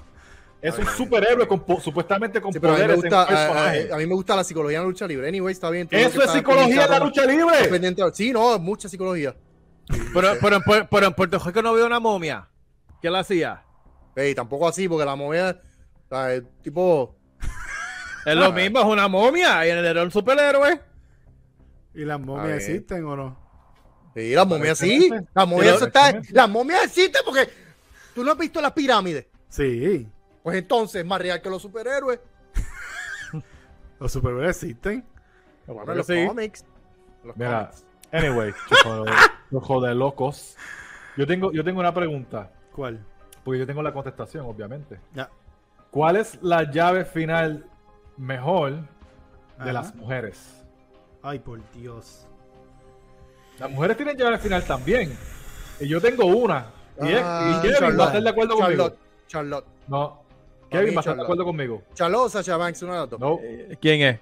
Es un superhéroe con po- supuestamente con Sí, pero a mí, me poderes en gusta, un a, personaje. a- a mí me gusta la psicología en la lucha libre. Anyway, está bien. tú que Eso es estás psicología de la pendiente- lucha libre. pendiente a- Sí, no, mucha psicología. Pero, pero, en Puer- pero en Puerto Rico no veo una momia. ¿Qué la hacía? Ey, tampoco así, porque la movida, o sea, es tipo, Es lo mismo, es una momia. Y él era un superhéroe. ¿Y las A ver. momias existen o no? Sí, las momias sí. Aparentemente. Las momias Pero- están. Las momias existen porque. ¿Tú no has visto las pirámides? Sí, Pues entonces es más real que los superhéroes. los superhéroes existen. Bueno, creo los que sí. cómics. Los Mira, cómics. anyway, ojo de locos. Yo tengo, yo tengo una pregunta, ¿Cuál? porque yo tengo la contestación, obviamente. Ya. ¿Cuál es la llave final mejor de Ajá. las mujeres? Ay, por Dios. Las mujeres tienen llave final también. Y yo tengo una. Y, es- Ah, y Kevin va a Charlotte. estar de acuerdo conmigo. Charlotte. Charlotte. No. Para Kevin mí, va a estar de Charlotte. acuerdo conmigo. Charlotte o Sacha Banks, una de las dos. No. Eh, ¿Quién es?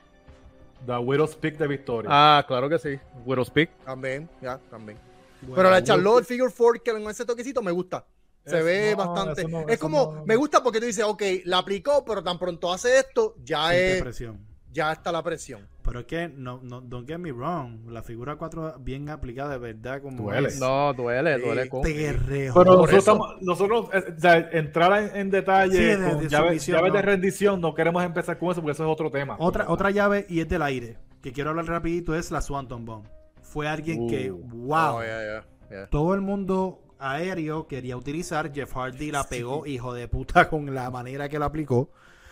The Widow's Pick de pues. Victoria. Ah, claro que sí. Widow's Peak. También, ya, también. Bueno, Pero la bueno. Charlotte Figure 4 que con ese toquecito me gusta. Se Es- ve no, bastante. eso no, es eso como, no. me gusta porque tú dices, ok, la aplicó, pero tan pronto hace esto, ya, Sin es, depresión. ya está la presión. Pero es que, no, no, don't get me wrong, la figura 4 bien aplicada de verdad como Duele. es. No, duele, duele. Sí. con- te guerreo. Pero Por nosotros, eso. estamos- nosotros, eh, o sea, entrar en, en detalle Sí, de- con de llaves, sumisión, llaves no. de rendición, no queremos empezar con eso porque eso es otro tema. Otra, otra pues. llave y es del aire, que quiero hablar rapidito, es la Swanton Bomb. Fue alguien Uh. que, wow, Oh, ya, ya, ya. todo el mundo aéreo quería utilizar, Jeff Hardy la pegó, hijo de puta, con la manera que la aplicó.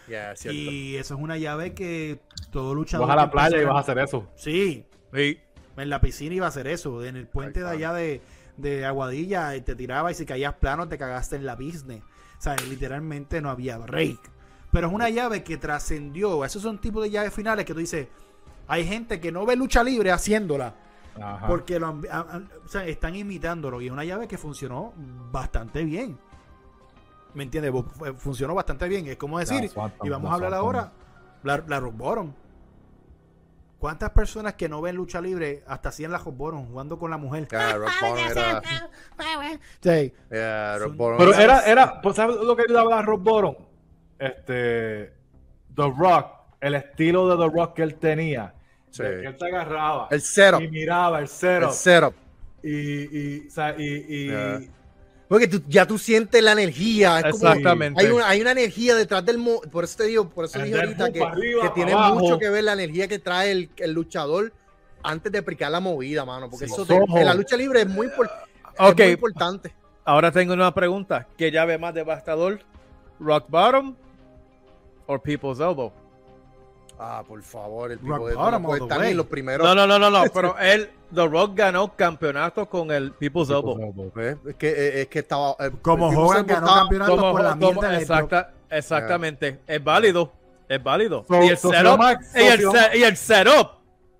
Ya, es cierto. Y eso es una llave que todo luchador... Vas a la que playa y empieza- vas a hacer eso. Sí, Sí. en la piscina iba a hacer eso, en el puente de Ay, allá de, de Aguadilla, y te tiraba y si caías plano te cagaste en la business. O sea, literalmente no había break. Pero es una llave que trascendió. Esos son tipos de llaves finales que tú dices, hay gente que no ve lucha libre haciéndola, Ajá. porque lo han- a- a- o sea, están imitándolo. Y es una llave que funcionó bastante bien. ¿Me entiendes? Bu- fu- Funcionó bastante bien. Es como decir, La Swanton, y vamos la a hablar Swanton. ahora, la, la Rock Bottom. ¿Cuántas personas que no ven lucha libre hasta hacían la Rock Bottom jugando con la mujer? Ya, Rock Bottom era- Sí. ya, Rock Son- Bottom Pero era- era, era, pues, ¿sabes lo que ayudaba a Rob Bottom? Este, The Rock, el estilo de The Rock que él tenía. Sí. De que él te agarraba El setup. y miraba el cero. El setup. y, y, o sea, y- y- Yeah. Porque tú- ya tú sientes la energía. Es como, Exactamente. hay, una, hay una energía detrás del... mo- Por eso te digo, por eso And dije then ahorita boom, que, pa' arriba, que pa' tiene abajo. mucho que ver la energía que trae el, el luchador antes de aplicar la movida, mano. Porque Sí, eso los te- ojos. en la lucha libre es muy, impor- Ok. es muy importante. Ahora tengo una pregunta. ¿Qué llave más devastador? ¿Rock Bottom o People's Elbow? Ah, por favor, el Rock tipo de... bottom No puede all the pues, estar ni way. en los primeros... No, no, no, no, no. Pero él, The Rock ganó campeonato con el People's Elbow. ¿eh? Es que, eh, es que estaba... eh, Como el tipo Hogan se ganó botaba- campeonato Como- con la como- mierda de exacta- Ah. exactamente. Es válido. Es válido. So- y, el so- setup, Max, y, el socio- se- y el setup.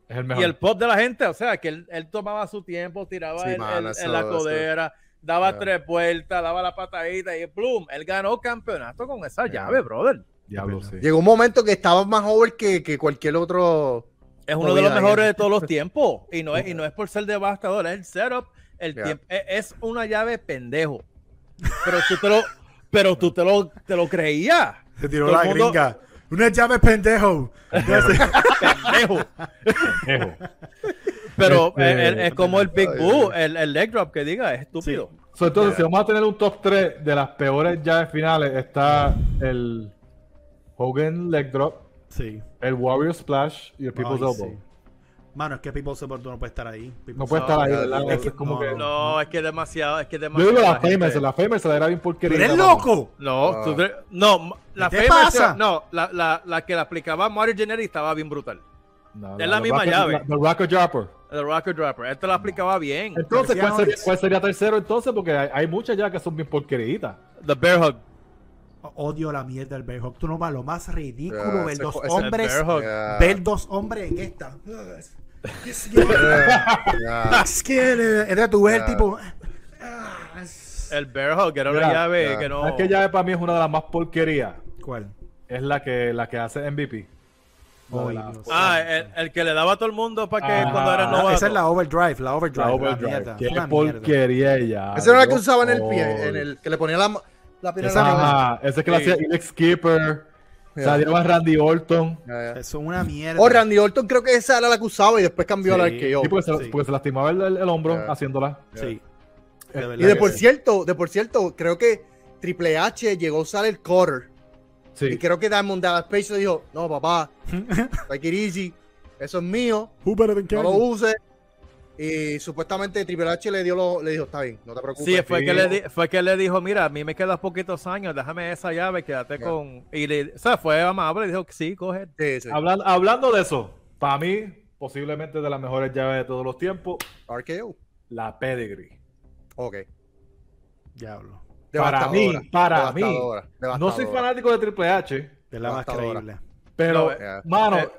Es el Y mejor. el pop de la gente. O sea, que él, él tomaba su tiempo, tiraba Sí, el- mano, el- eso- en la eso- codera, daba Ya. tres vueltas, daba la patadita y ¡plum! Él ganó campeonato con esa Ya. llave, brother. Diablo, Es sí. verdad. Llegó un momento que estaba más joven que, que cualquier otro. Es No uno voy de los a ir. mejores de todos los tiempos. Y no es, y no es por ser devastador, es el setup. El Ya. tiempo, es, es una llave pendejo. Pero tú te lo, pero tú te lo, te lo creías. Se tiró Todo la el mundo- gringa. Una llave pendejo. Pendejo. Pendejo. Pero Este- eh, eh, es como el Big Ay, Boo, el, el leg drop que diga, es estúpido. So, entonces, si vamos a tener un top 3 de las peores llaves finales, está el Hogan Leg Drop, Sí. el Warrior Splash y el People's Ay, Elbow. sí. Mano, es que People's Elbow no puede estar ahí. No People's puede No, estar ahí, no, ¿verdad? no, Eso es no, como que- No, es que es demasiado, es que es Yo demasiado. digo la la gente. Famous, la Famous la era bien ¡Tú porquería. eres mano. loco! No, Ah. tú te- no, ma- la ¿Qué te famous- pasa? No, la, la, la que la aplicaba Mario Generi estaba bien brutal. No, Es la misma Rocket- llave. la- The Rocket Dropper. El Rocker Dropper, esta la aplicaba bien. Entonces, Pero ¿cuál si sería, no- cuál sería tercero entonces? Porque hay, hay muchas ya que son bien porqueritas. The Bear Hug. O- Odio la mierda del Bearhawk. Tú no vas lo más ridículo Ya, ver ese dos co- ese- El hombres. Bear Hug. Ya, Ver dos hombres en esta. Ugh, es- es- ya. Es que eh, era tú ves el Ya. tipo. ah, es- El Bear Hug, que era una Mira, llave ya. que no. Es que llave para mí es una de las más porquerías. ¿Cuál? Es la que, la que hace MVP. No, Ay, la- Dios. Ah, el, el que le daba a todo el mundo para que Ah, cuando era la- novato. esa es la overdrive, la overdrive. La La Overdrive. mierda, Qué una mierda. porquería ella. Esa era la que usaba en el pie, en el que le ponía la, la pierna en la mano. Ajá, esa es que la Sí. hacía Alex Keeper. Ya. Salieron a Randy Orton. Ya, ya. Eso es una mierda. O Randy Orton creo que esa era la que usaba y después cambió a la Sí. que yo. Sí, pues, porque, se, sí. porque se lastimaba el, el- el hombro Ya. haciéndola. Sí. De verdad Y de que por sí. cierto, de por cierto, creo que Triple H llegó a usar el quarter. Y Sí. creo que Diamond Dallas Page le dijo, no papá, take it easy, eso es mío, Who better than no lo Kevin? uses. Y supuestamente Triple H le dio lo, le dijo, está bien, no te preocupes. Sí, fue que, le di- fue que le dijo, mira, a mí me quedan poquitos años, déjame esa llave, quédate Ya. con... Y le, o sea, fue amable, dijo, sí, coge. Sí, sí. Hablan- hablando de eso, para mí, posiblemente de las mejores llaves de todos los tiempos, RKO. la Pedigree. Ok. Diablo. Para mí, para mí. devastadora, No soy devastadora. fanático de Triple H, Es la más Devastadora. creíble. pero, No, Yeah. mano, eh,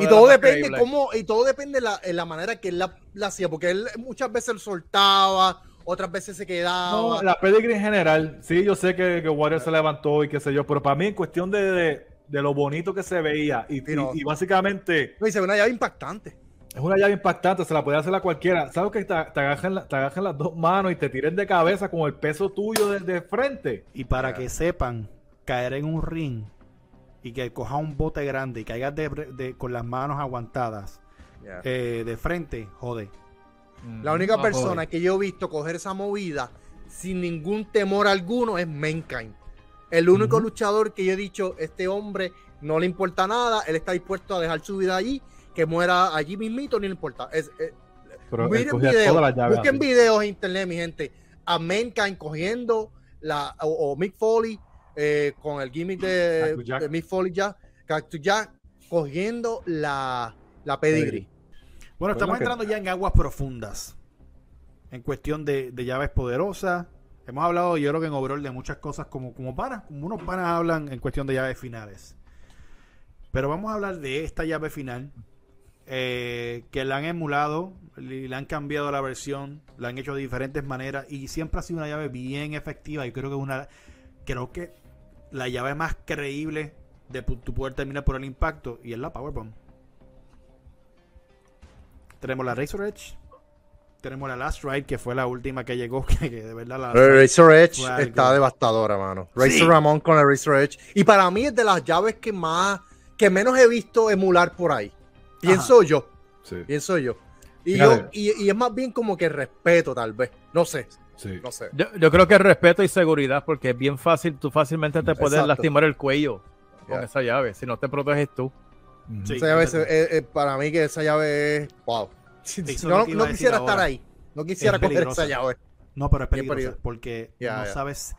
Y todo depende cómo, y todo depende la, en la manera que él la, la hacía, porque él muchas veces lo soltaba, otras veces se quedaba. no, la Pedigree en general, sí, yo sé que, que Warrior se levantó y qué sé yo, pero para mí, en cuestión de, de- de lo bonito que se veía y, Sí, no. y- y básicamente No, y se ve una llave impactante. es una llave impactante, se la puede hacer a cualquiera. ¿Sabes que te, te agajan, la- te agajan las dos manos y te tiren de cabeza con el peso tuyo de, de frente? Y para Ya. que sepan, caer en un ring y que coja un bote grande y caigas de, de- con las manos aguantadas eh, de frente, jode. La única Ah, persona joder. que yo he visto coger esa movida sin ningún temor alguno es Mankind. El único Ujú. luchador que yo he dicho, este hombre no le importa nada, él está dispuesto a dejar su vida allí, que muera allí mismito, no le importa. Es, es- Pero él miren cogía videos, todas las llaves busquen así. videos en internet, mi gente, a Mankind cogiendo la, o, o Mick Foley eh, con el gimmick de, Cactus Jack. de Mick Foley ya, Cactus Jack, cogiendo la, la pedigree. Bueno, estamos que- entrando ya en aguas profundas. En cuestión de, de llaves poderosas. Hemos hablado, yo creo que en overall, de muchas cosas como, como panas. Como unos panas hablan en cuestión de llaves finales. Pero vamos a hablar de esta llave final. eh, que la han emulado, le, le han cambiado la versión, la han hecho de diferentes maneras. Y siempre ha sido una llave bien efectiva. Y creo que una. Creo que la llave más creíble de pu- tu poder terminar por el impacto. Y es la Powerbomb. Tenemos la Razor Edge. Tenemos la Last Ride, que fue la última que llegó, que, que de verdad la... Eh, Razor Edge Fue algo. está devastadora, mano. Razor Sí. Ramón con el Razor Edge. Y para mí es de las llaves que más, que menos he visto emular por ahí. Pienso yo, Sí, pienso yo. Y, Fíjate. yo y, y es más bien como que respeto, tal vez. No sé, sí. no sé. Yo, yo creo que respeto y seguridad, porque es bien fácil, tú fácilmente te puedes Exacto. lastimar el cuello con Ya. esa llave, si no te proteges tú. Ujú. Sí. Esa llave es- eh, eh, para mí que esa llave es... Wow. es eh, Yo lo no, que iba no a decir quisiera estar ahora. ahí. No quisiera coger peligrosa. esa llave. No, pero es Bien peligrosa, peligroso. porque Ya, no ya. sabes...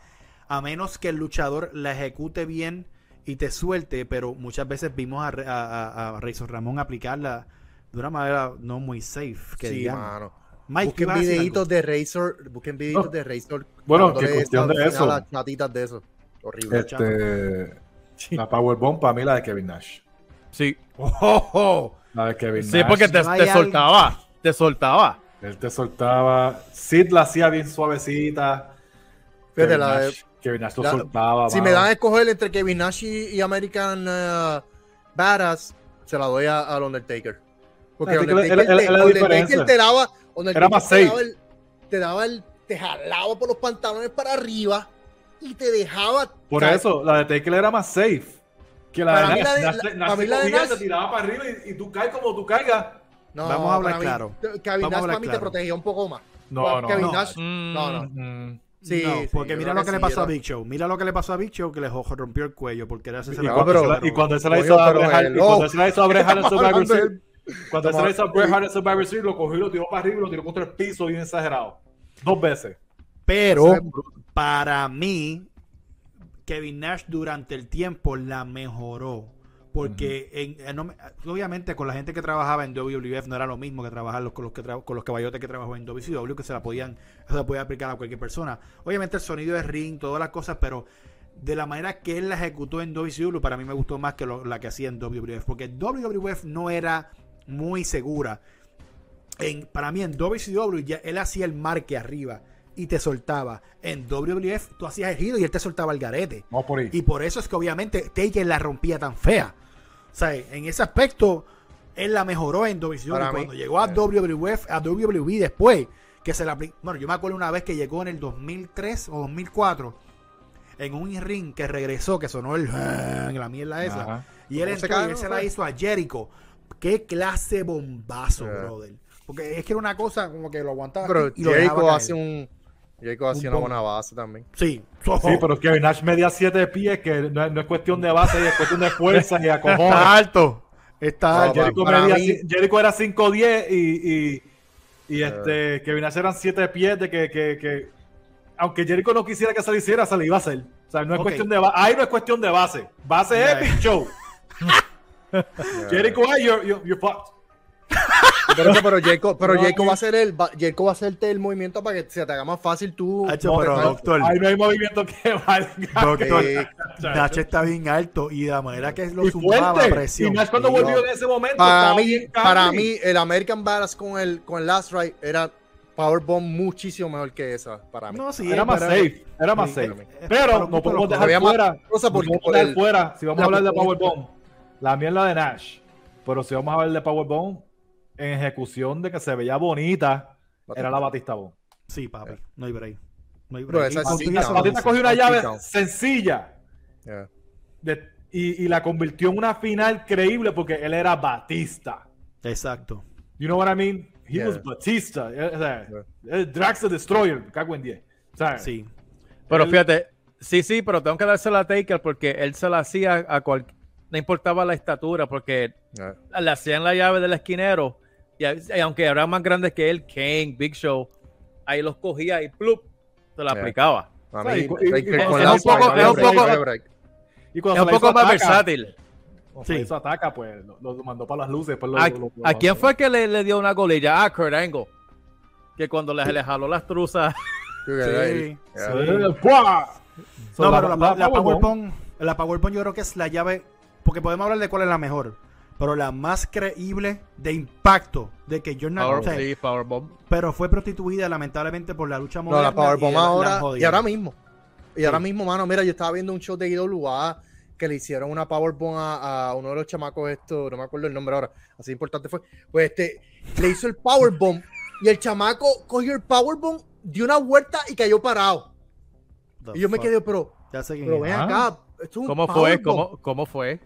A menos que el luchador la ejecute bien y te suelte, pero muchas veces vimos a, Re- a, a- a Razor Ramón aplicarla de una manera no muy safe, que Sí, digamos. mano. Mike, ¿tú busquen ibas a decir algo? videitos de Razor, busquen videitos Oh. No. de Razor. Bueno, dándole que cuestión esas- de eso. Las chatitas de eso. Horrible. Este, la Powerbomb para mí la de Kevin Nash. Sí, ¡Oh, oh, oh! La de Kevin sí Nash. Pues porque te, no hay te algo- soltaba, te soltaba. Él te soltaba. Sid la hacía bien suavecita. Fíjate, Kevin la- Nash, Kevin Nash lo la- soltaba. Si mano. me dan a escoger entre Kevin Nash y y American eh, Badass, se la doy a- al Undertaker. Porque Así que la- Undertaker, la- la- te, la Undertaker diferencia. te daba. Undertaker Era más te daba safe. el- te daba el. Te jalaba por los pantalones para arriba y te dejaba. Por o sea, eso, la de Taker era más safe que la Para de mí la Nash. de- Nash- la- Nash para mí la de cogía, Nash- te tiraba para arriba y, y tú caes como tú caigas. no, Vamos a hablar para mí, claro. Kevin Vamos a Nash hablar para mí te claro. protegía un poco más. No, no, Pues Kevin no. Nash. No, no. Mm. Sí, no, sí, porque yo mira creo lo que, le sí, pasó a era- Big Show. Mira lo que le pasó a Big Show que le jo- rompió el cuello porque era ese Y se la- cuando pero- se la- y cuando se la hizo Coño, a pero Bret Hart- y hello. cuando se la hizo a Bret Hart en Estamos Survivor hablando de- Series, cuando se Estamos- la hizo a Bret Hart en Survivor Series, lo cogió y lo tiró para arriba y lo tiró contra el piso bien exagerado. Dos veces. Pero para mí, Kevin Nash durante el tiempo la mejoró. Porque en- en- no me- obviamente con la gente que trabajaba en WWF no era lo mismo que trabajar los- con los, que tra- con los caballotes que trabajó en WCW, que se la podían se la podía aplicar a cualquier persona. Obviamente el sonido de ring, todas las cosas, pero de la manera que él la ejecutó en WCW, para mí me gustó más que lo- la que hacía en WWF, porque WWF no era muy segura. En, para mí en WCW ya él hacía el marque arriba y te soltaba. En WWF tú hacías el giro y él te soltaba el garete. Vamos por ahí. Y por eso es que obviamente Taker la rompía tan fea. O sea, en ese aspecto, él la mejoró en WCW. Para mí, cuando llegó a eh. WWF, a WWE después, que se la apli- Bueno, yo me acuerdo una vez que llegó en el 2003 o 2004, en un ring que regresó, que sonó el... en la mierda esa. Ajá. Y él ¿Cómo entró se y cagaron, él se fue? la hizo a Jericho. Qué clase bombazo, Eh. brother. Porque es que era una cosa como que lo aguantaba Pero aquí y lo dejaba Jericho caer. hace un. Jericho hace una poco. buena base también. Sí, Oh. Sí, pero Kevin Nash media siete pies, que no, es- no es cuestión de base, es cuestión de fuerza y Está acojones. alto. Está No, alto. Jericho, para medía mí- ci- Jericho era 5'10 y, y, Eh. y este, Kevin Nash eran 7 pies de que, que, que- aunque Jericho no quisiera que se le hiciera, se le iba a hacer. O sea, no es Ok. cuestión de base. Ahí no es cuestión de base. Base Ya. es Big Show. Jericho, ay, you're, you're- you're fucked. Pero, pero Jericho, pero No, Jericho no. va a hacer el, va- Jericho va a hacerte el movimiento para que se te haga más fácil tú. Hacho, pero no, doctor, Ahí no hay movimiento que valga. doctor, Sí. Nacho está bien alto y de la manera que lo Y zumbaba fuerte. presión. Y Nash cuando Sí, volvió en ese momento. para estaba mí, bien para caliente. mí, el American Badass con el con el Last Ride era Powerbomb muchísimo mejor que esa para mí. No, sí, Era más pero- safe, era más Sí, safe. eh, Pero no justo podemos lo- dejar había más fuera, cosas no porque podemos por dejar el- fuera, si vamos a la hablar de propuesta. Powerbomb, la mierda de Nash, pero si vamos a hablar de Powerbomb, en ejecución de que se veía bonita, era la Batista Bomb. Sí, papi, no hay break. No hay break. Bro, Pues esa Y con sí, tu- cabrón. eso lo Batista hizo. cogió una Batista. llave sencilla Yeah. de- y, y la convirtió en una final creíble porque él era Batista. Exacto. You know what I mean? He Yeah. was Batista. Eh, o sea, eh, Drax the Destroyer, me cago en 10. O sea, Sí. Pero Él- fíjate, sí, sí, pero tengo que dársela a Taker porque él se la hacía a cual, no importaba la estatura, porque Yeah. le hacían la llave del esquinero y, a- y aunque eran más grandes que él, Kane, Big Show, ahí los cogía y plup, se la Yeah. aplicaba. A Sí, mí, y- Taker y- con es Last un poco- Ride, es no un hay break, poco- no hay break. y cuando Es se un la poco hizo más ataca, versátil. Cuando Sí. se hizo ataca, pues lo, lo mandó para las luces. Pues, lo- ¿A, lo- lo- a quién fue que le, le dio una golilla? A Kurt Angle. Que cuando le, le jaló las truzas. Sí. Sí. Yeah. ¡Buah! So, No, pero la, la Powerbomb- PowerPoint, la PowerPoint yo creo que es la llave, porque podemos hablar de cuál es la mejor, pero la más creíble de impacto de que Jordan Power, Ortega- sí, Powerbomb. pero fue prostituida lamentablemente por la lucha No, moderna. la Powerbomb y la- la ahora y jodieron. ahora mismo. Y ahora mismo, mano, mira, yo estaba viendo un show de IWA que le hicieron una Powerbomb a, a uno de los chamacos esto, no me acuerdo el nombre ahora, así importante fue. Pues este le hizo el Powerbomb y el chamaco cogió el Powerbomb, dio una vuelta y cayó parado. The Y yo me fuck. quedé, pero, Ya sé quién pero es. ven Ah. acá, esto es un ¿Cómo fue? Powerbomb. ¿Cómo, ¿Cómo fue?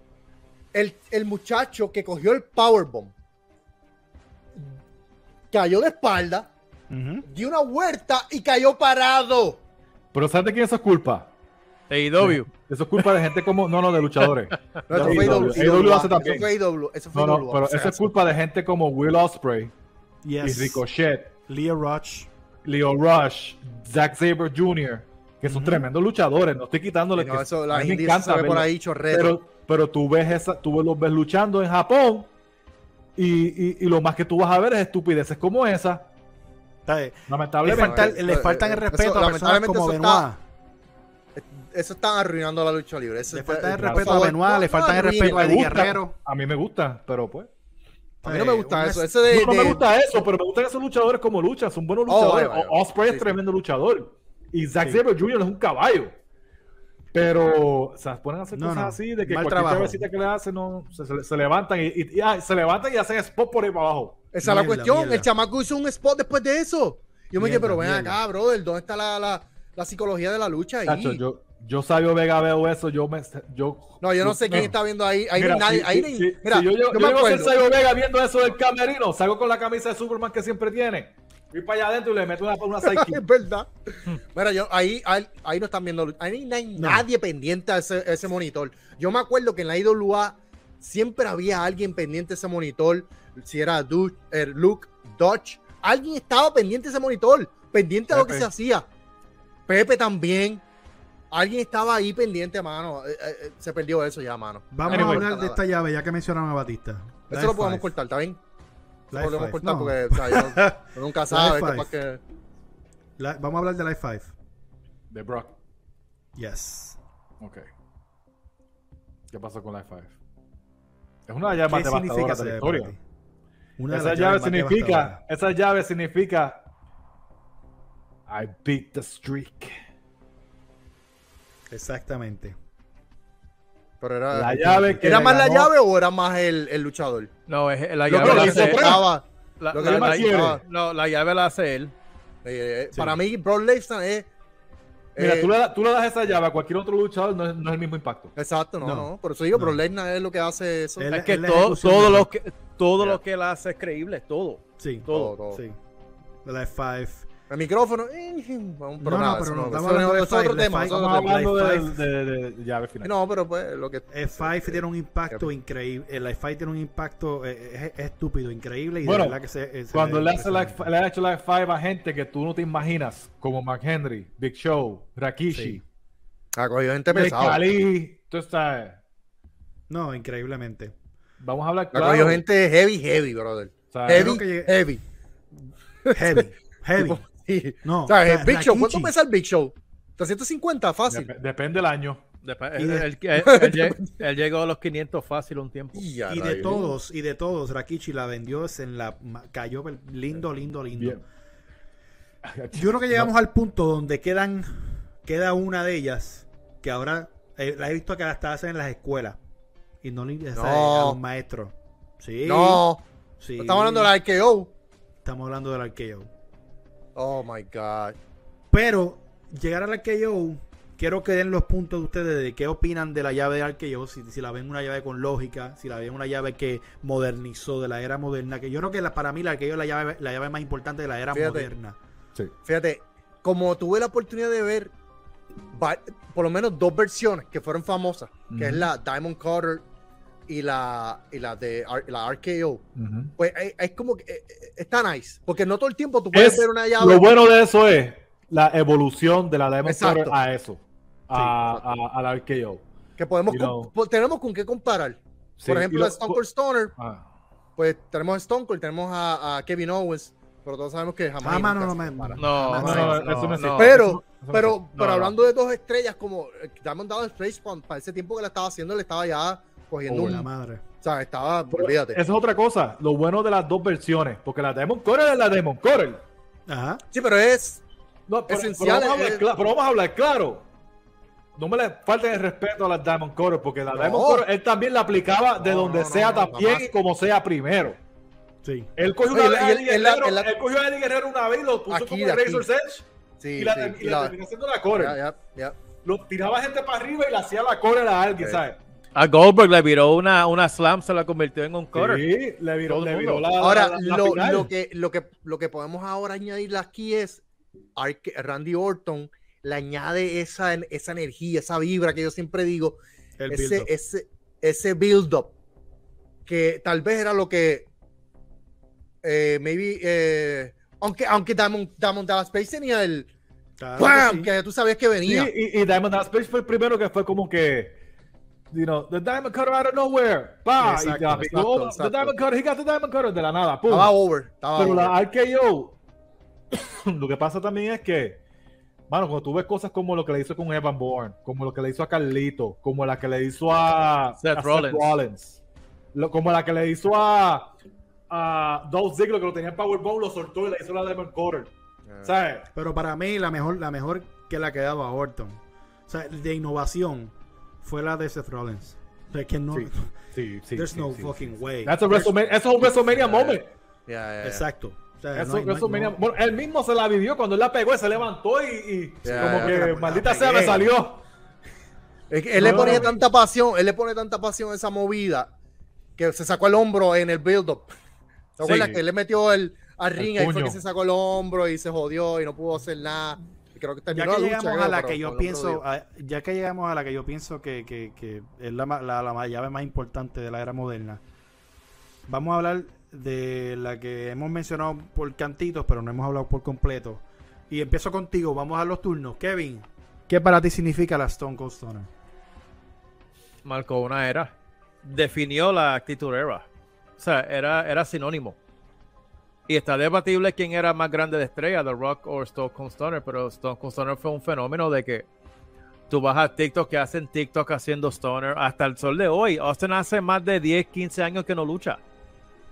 El, el muchacho que cogió el Powerbomb cayó de espalda, Ujú. dio una vuelta y cayó parado. Pero ¿sabes de quién eso es culpa? AEW. Eso es culpa de gente como. No, no, de luchadores. No, eso De fue AEW. IW, AEW hace eso también. fue IW, eso fue No, no, IW, pero o sea, eso es culpa de gente como Will Osprey Yes. y Ricochet, Leo Roach. Leo Rush, Zack Sabre Jr., que son Ujú. tremendos luchadores. No estoy quitándole. no, que- eso a la mí me gente encanta se ve por verlo. ahí chorrero. pero, pero tú ves esa, tú los ves luchando en Japón y, y- y lo más que tú vas a ver es estupideces como esa. ¿Sabes? Le, Lamentablemente. falta- le eh, faltan el eh, respeto eso, a personas lamentablemente como eso Benoit. está- Eso están arruinando la lucha libre. Eso Le está- falta el por respeto a favor, Benoit, no, le no faltan el arruinen. respeto a Me Eddie gusta. Guerrero. A mí me gusta, pero pues. A mí no me gusta este, Eh, una- eso. Ese de, no, no de- me gusta eso, pero me gustan esos luchadores como luchan. Son buenos Oh, luchadores. vale, vale. O- Osprey Sí, es sí. tremendo luchador. Y Zack Sí. Sabre Jr. es un caballo. Pero o sea, se ponen a hacer No, cosas no. así de que Mal cualquier trabajo. cabecita que le hacen, no, se, se- se levantan y, y- y- ah, se levantan y hacen spot por ahí para abajo. Esa es la Mierda, cuestión. mierda. El chamaco hizo un spot después de eso. Yo Mierda, me dije, pero ven mierda. acá, brother, ¿dónde está la, la, la psicología de la lucha ahí? Chacho, yo, yo sabio Vega veo eso, yo me yo no, yo no sé quién no. está viendo ahí. Ahí Mira, no hay nadie. si- ahí si- no hay- si- mira, si yo, yo, yo yo me llego a ser acuerdo. Sabio Vega viendo eso del camerino, salgo con la camisa de Superman que siempre tiene, voy para allá adentro y le meto una, una sidekick. Es verdad. Hmm. Mira, yo, ahí, ahí, ahí no están viendo. lucha. Ahí no hay nadie pendiente a ese, ese monitor. Yo me acuerdo que en la IWA siempre había alguien pendiente a ese monitor. Si era Du- eh, Luke, Dodge. Alguien estaba pendiente a ese monitor. Pendiente a lo que Pepe. se hacía. Pepe también. Alguien estaba ahí pendiente, mano. Eh, eh, eh, se perdió eso ya, mano. Vamos Anyway. a hablar de esta llave, ya que mencionaron a Batista. Eso lo podemos cortar, ¿está bien? Lo Live podemos Five, cortar no. porque o sea, yo- yo nunca sabe. Live capaz que- La- vamos a hablar de Life 5. De Brock. Yes. Ok. ¿Qué pasó con Life 5? Es una llave más devastadora de la llave historia. para ti? Una de Esa las llave llaves más significa, devastadoras. esa llave significa I beat the streak. Exactamente. Pero era, La llave que ¿Era le más la ganó- llave o era más el, el luchador? No, es la Lo llave. que la le hace- tocaba. la- lo que la- le la- tocaba. No, la llave la hace él. Eh, eh, Sí. Para mí, Brock Lesnar es. Mira, eh, tú le, das- tú le das esa llave a cualquier otro luchador, no es, no es el mismo impacto. Exacto, no, No. no, Por eso digo, No. Eh. Brock Lesnar es lo que hace eso. Es la- es que la todo, ejecución todo, de- lo que, todo Ya. lo que él hace es creíble, todo. Sí. Todo. todo. Sí. Life 5. El micrófono. eh, bueno, No, pero no, nada, pero eso no, no, estamos eso hablando no, de eso es otro Fire, de tema. eso es Fire. otro Estamos Life hablando de, Five. de- de- de llave tema. final. No, pero pues lo que. El 5 Eh, tiene un impacto increíble. eh, El Life 5 tiene un impacto eh, es, es estúpido, increíble. Y Bueno, de verdad que se, eh, se Cuando ve le, hace la, impresionante. le ha hecho la F5 a gente que tú no te imaginas, como McHenry, Big Show, Rakishi, Sí. Ha cogido gente pesada. Mekali, tú sabes. No, increíblemente. Vamos a hablar Ha cogido gente heavy, heavy, brother. o sea, Heavy, que llegué- heavy. Heavy. heavy. Tipo, sí. No. O sea, el la- Big la Show, ¿cuánto Kichi. pesa el Big Show? 350, fácil. dep- depende del año. Después, Y él, de- él- él- él lleg- él llegó a los 500 fácil un tiempo. Y de todos, y de todos, Rakichi la vendió, se en la ma- cayó pel- lindo, lindo, lindo. Bien. Yo creo que llegamos al punto donde quedan, queda una de ellas, que ahora eh, la he visto que la hasta hacen en las escuelas. Y no le interesa No. a los maestros. Sí. No, sí. estamos hablando de la RKO. Estamos hablando del arqueo. Oh my God. Pero, llegar al arqueo, quiero que den los puntos de ustedes de qué opinan de la llave de arqueo. Si, si la ven una llave con lógica, si la ven una llave que modernizó de la era moderna. Que yo creo que la, para mí la arqueo es la llave, la llave más importante de la era Fíjate. moderna. Sí. Fíjate, como tuve la oportunidad de ver va- por lo menos dos versiones que fueron famosas, Ujú. que es la Diamond Cutter y la, y la de R- la RKO, Ujú. pues es, es como que eh, eh, está nice, porque no todo el tiempo tú puedes Es ver una llave. Lo bueno de eso es la evolución de la Diamond Exacto. Cutter a eso, a, a, a la RKO. que podemos y com- no. po- tenemos con qué comparar. Sí, Por y ejemplo, lo- la Stone Cold Stoner, Ah, pues tenemos a Stone Cold, tenemos a, a Kevin Owens, pero todos sabemos que jamás. Ah, y mano, nunca no se me- compara. No, Ah, no, no, no, no, eso me no. sé. Pero, Eso- eso me pero, parece- pero no, no. hablando de dos estrellas, como eh, Diamond Dallas Space para ese tiempo que la estaba haciendo, le estaba ya cogiendo Oh, un. La madre. O sea, estaba. Olvídate. Esa es otra cosa, lo bueno de las dos versiones, porque la Diamond Cutter es la Diamond Cutter. Ajá. Sí, pero es. No, pero, Esencial pero vamos a hablar, es- cla- pero vamos a hablar claro. No me le falten el respeto a las Diamond Cutter, porque la Diamond Cutter él también la aplicaba de No, donde no, no, sea no, también jamás. y como sea primero. Sí. Él cogió, Oye, una vez y a él- Eddie él la- Guerrero, él la- él cogió a Eddie Guerrero una vez y lo puso Aquí, como de aquí. Razor's Edge Sí, y la, sí, ter- y y la la- terminó haciendo la Cutter. ya, ya, ya. Lo tiraba gente para arriba y le hacía la Cutter a alguien, Sí. ¿sabes? A Goldberg le viró una, una slam, se la convirtió en un cutter. Sí, le viró, Todo el le viró mundo. la, Ahora, la- la lo, final. lo que, lo, que, lo que podemos ahora añadirle aquí es. Arque- Randy Orton le añade esa, en- esa energía, esa vibra que yo siempre digo. El ese, build-up. ese, ese build-up. Que tal vez era lo que. eh, maybe. eh, aunque, aunque Diamond, Diamond Dallas Page tenía el. Claro que ¡Bam! sí. Que tú sabías que Sí, venía. y, y Diamond Dallas Page fue el primero que fue como que, you know, the Diamond Cutter out of nowhere, pa, y Exacto, la picó, exacto, oh, exacto. the Diamond Cutter, he got the Diamond Cutter, de la nada, pum. Estaba over. Estaba Pero over. la RKO, lo que pasa también es que, mano, cuando tú ves cosas como lo que le hizo con Evan Bourne, como lo que le hizo a Carlito, como la que le hizo a Seth a Rollins. Rollins, lo- como la que le hizo a a Dolph Ziggler que lo tenía en Powerbomb, lo soltó y le hizo la Demon Quarter. ¿Sabes? Pero para mí, la mejor, la mejor que la que daba Orton, o sea, de innovación, fue la de Seth Rollins. O sea, es que no. Sí, Sí, sí. there's sí, no sí. fucking way. That's a WrestleMania- Eso es un WrestleMania moment. Yeah, yeah, yeah. Exacto. O sea, Eso, no hay- no hay- WrestleMania- no- Bueno, él mismo se la vivió cuando él la pegó, él se levantó y, y Ya, como ya, que pero pues, maldita la sea me pegué. salió. Es que él le No, ponía no. tanta pasión, él le pone tanta pasión a esa movida que se sacó el hombro en el build-up. ¿Te acuerdas Sí. que él le metió el, al ring ahí fue puño. que se sacó el hombro y se jodió y no pudo hacer nada? Y Creo que Ya terminó que la lucha, llegamos a creo, la pero que yo con el hombro pienso, jodido. a- ya que llegamos a la que yo pienso que, que- que es la, ma- la- la llave más importante de la era moderna, vamos a hablar de la que hemos mencionado por cantitos, pero no hemos hablado por completo. Y empiezo contigo, vamos a los turnos. Kevin, ¿qué para ti significa la Stone Cold Stunner? marcó una era. Definió la actitud era. O sea, era, era sinónimo. Y está debatible quién era más grande de estrella, The Rock o Stone Cold Stunner, pero Stone Cold Stunner fue un fenómeno de que tú vas a TikTok que hacen TikTok haciendo Stoner hasta el sol de hoy. Austin hace más de 10, 15 años que no lucha.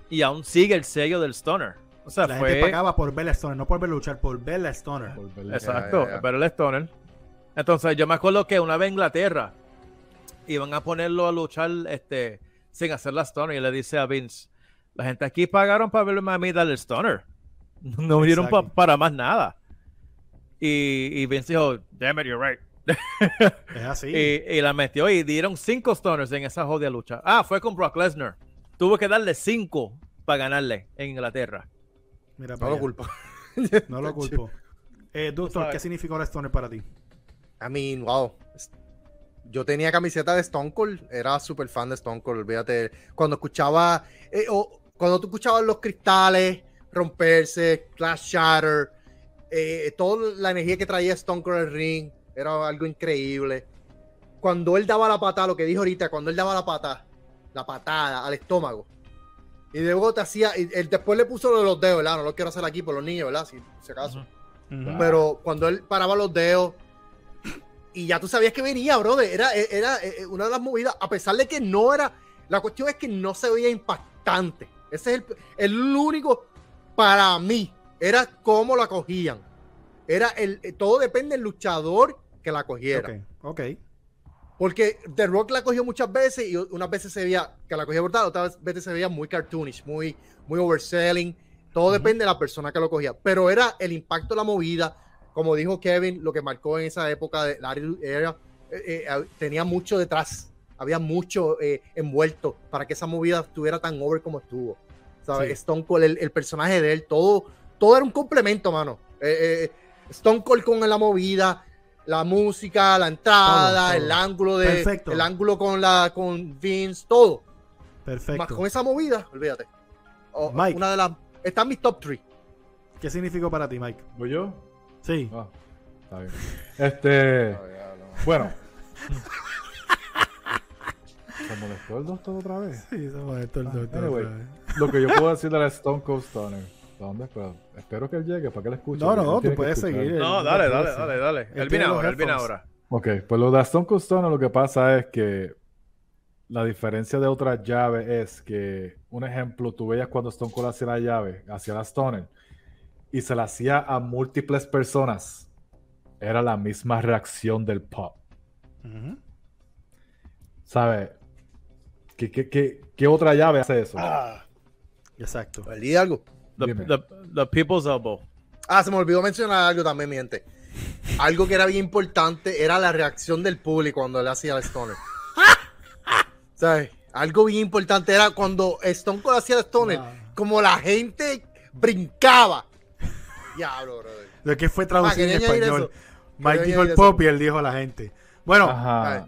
Y aún sigue el sello del Stoner. O sea, La gente fue... pagaba por ver la Stoner, no por ver luchar, por ver la Stoner. Exacto, ya, ya. pero el Stoner. Entonces, yo me acuerdo que una vez en Inglaterra iban a ponerlo a luchar este, sin hacer la Stoner y le dice a Vince, la gente aquí pagaron para verme a mí dar el Stoner. No vinieron pa- Exacto. para más nada. Y, y Vince dijo, damn it, you're right. Es así. Eh, Y, y la metió y dieron cinco Stoners en esa jodida lucha. Ah, fue con Brock Lesnar. Tuvo que darle cinco para ganarle en Inglaterra. Mira para No lo allá. culpo. No lo culpo. Eh, Doctor, ¿qué significó la Stoner para ti? I mean, wow. Yo tenía camiseta de Stone Cold, era súper fan de Stone Cold, olvídate. Cuando escuchaba, eh, o- cuando tú escuchabas los cristales romperse, Clash Shatter, eh, toda la energía que traía Stone Cold al ring, era algo increíble. Cuando él daba la patada, lo que dijo ahorita, cuando él daba la patada, la patada al estómago, y luego te hacía, y él después le puso lo de los dedos, ¿verdad? No lo quiero hacer aquí por los niños, ¿verdad? Si, si acaso. Pero cuando él paraba los dedos y ya tú sabías que venía, brother, era, era eh, una de las movidas, a pesar de que no era, la cuestión es que no se veía impactante. Ese es el, el único para mí, era cómo la cogían. Era el, eh, todo depende del luchador que la cogiera. Ok, ok. Porque The Rock la cogió muchas veces y unas veces se veía que la cogía brutal, otras veces se veía muy cartoonish, muy, muy overselling. Todo depende de la persona que lo cogía. Pero era el impacto de la movida, como dijo Kevin, lo que marcó en esa época de la era, eh, eh, tenía mucho detrás, había mucho eh, envuelto para que esa movida estuviera tan over como estuvo. ¿Sabes? Sí. Stone Cold, el, el personaje de él, todo, todo era un complemento, mano. Eh, eh, Stone Cold con la movida, la música, la entrada, Todo, todo. el ángulo de Perfecto. el ángulo con la con Vince, todo. Más Perfecto. con esa movida, olvídate. O- Mike. Una de las están mis top 3. ¿Qué significó para ti, Mike? ¿Voy yo? Sí. Ah, está bien. Este. Bueno. ¿Se molestó el doctor otra vez? Sí, se molestó el Ah, doctor anyway. otra vez. Lo que yo puedo decir de la Stone Cold Stunner. ¿Dónde? Pero espero que él llegue para que la escuche. No, Él no, tiene tú que puedes escuchar. seguir. No, Él- dale, él- dale, sí. dale, dale. Él Él tiene viene los ahora, él viene headphones. ahora. Ok, pues lo de Stone Cold Stunner lo que pasa es que la diferencia de otras llaves es que, un ejemplo, tú veías cuando Stone Cold hacía la llave, hacía la Stoner, y se la hacía a múltiples personas, era la misma reacción del pop. Ujú. ¿Sabes? ¿Qué, qué, qué, qué otra llave hace eso? Ah, Exacto. Perdí algo. The, Dime. the- the People's Elbow. Ah, se me olvidó mencionar algo también, mi gente. Algo que era bien importante era la reacción del público cuando él hacía el Stoner. ¿Sabes? Algo bien importante era cuando Stone Cold hacía el Stoner, Ah. como la gente brincaba. Diablo, brother. Lo que fue traducido Ah, en quería añadir español. Mike Quería dijo el añadir pop y él dijo la gente. Bueno, Ajá. ay.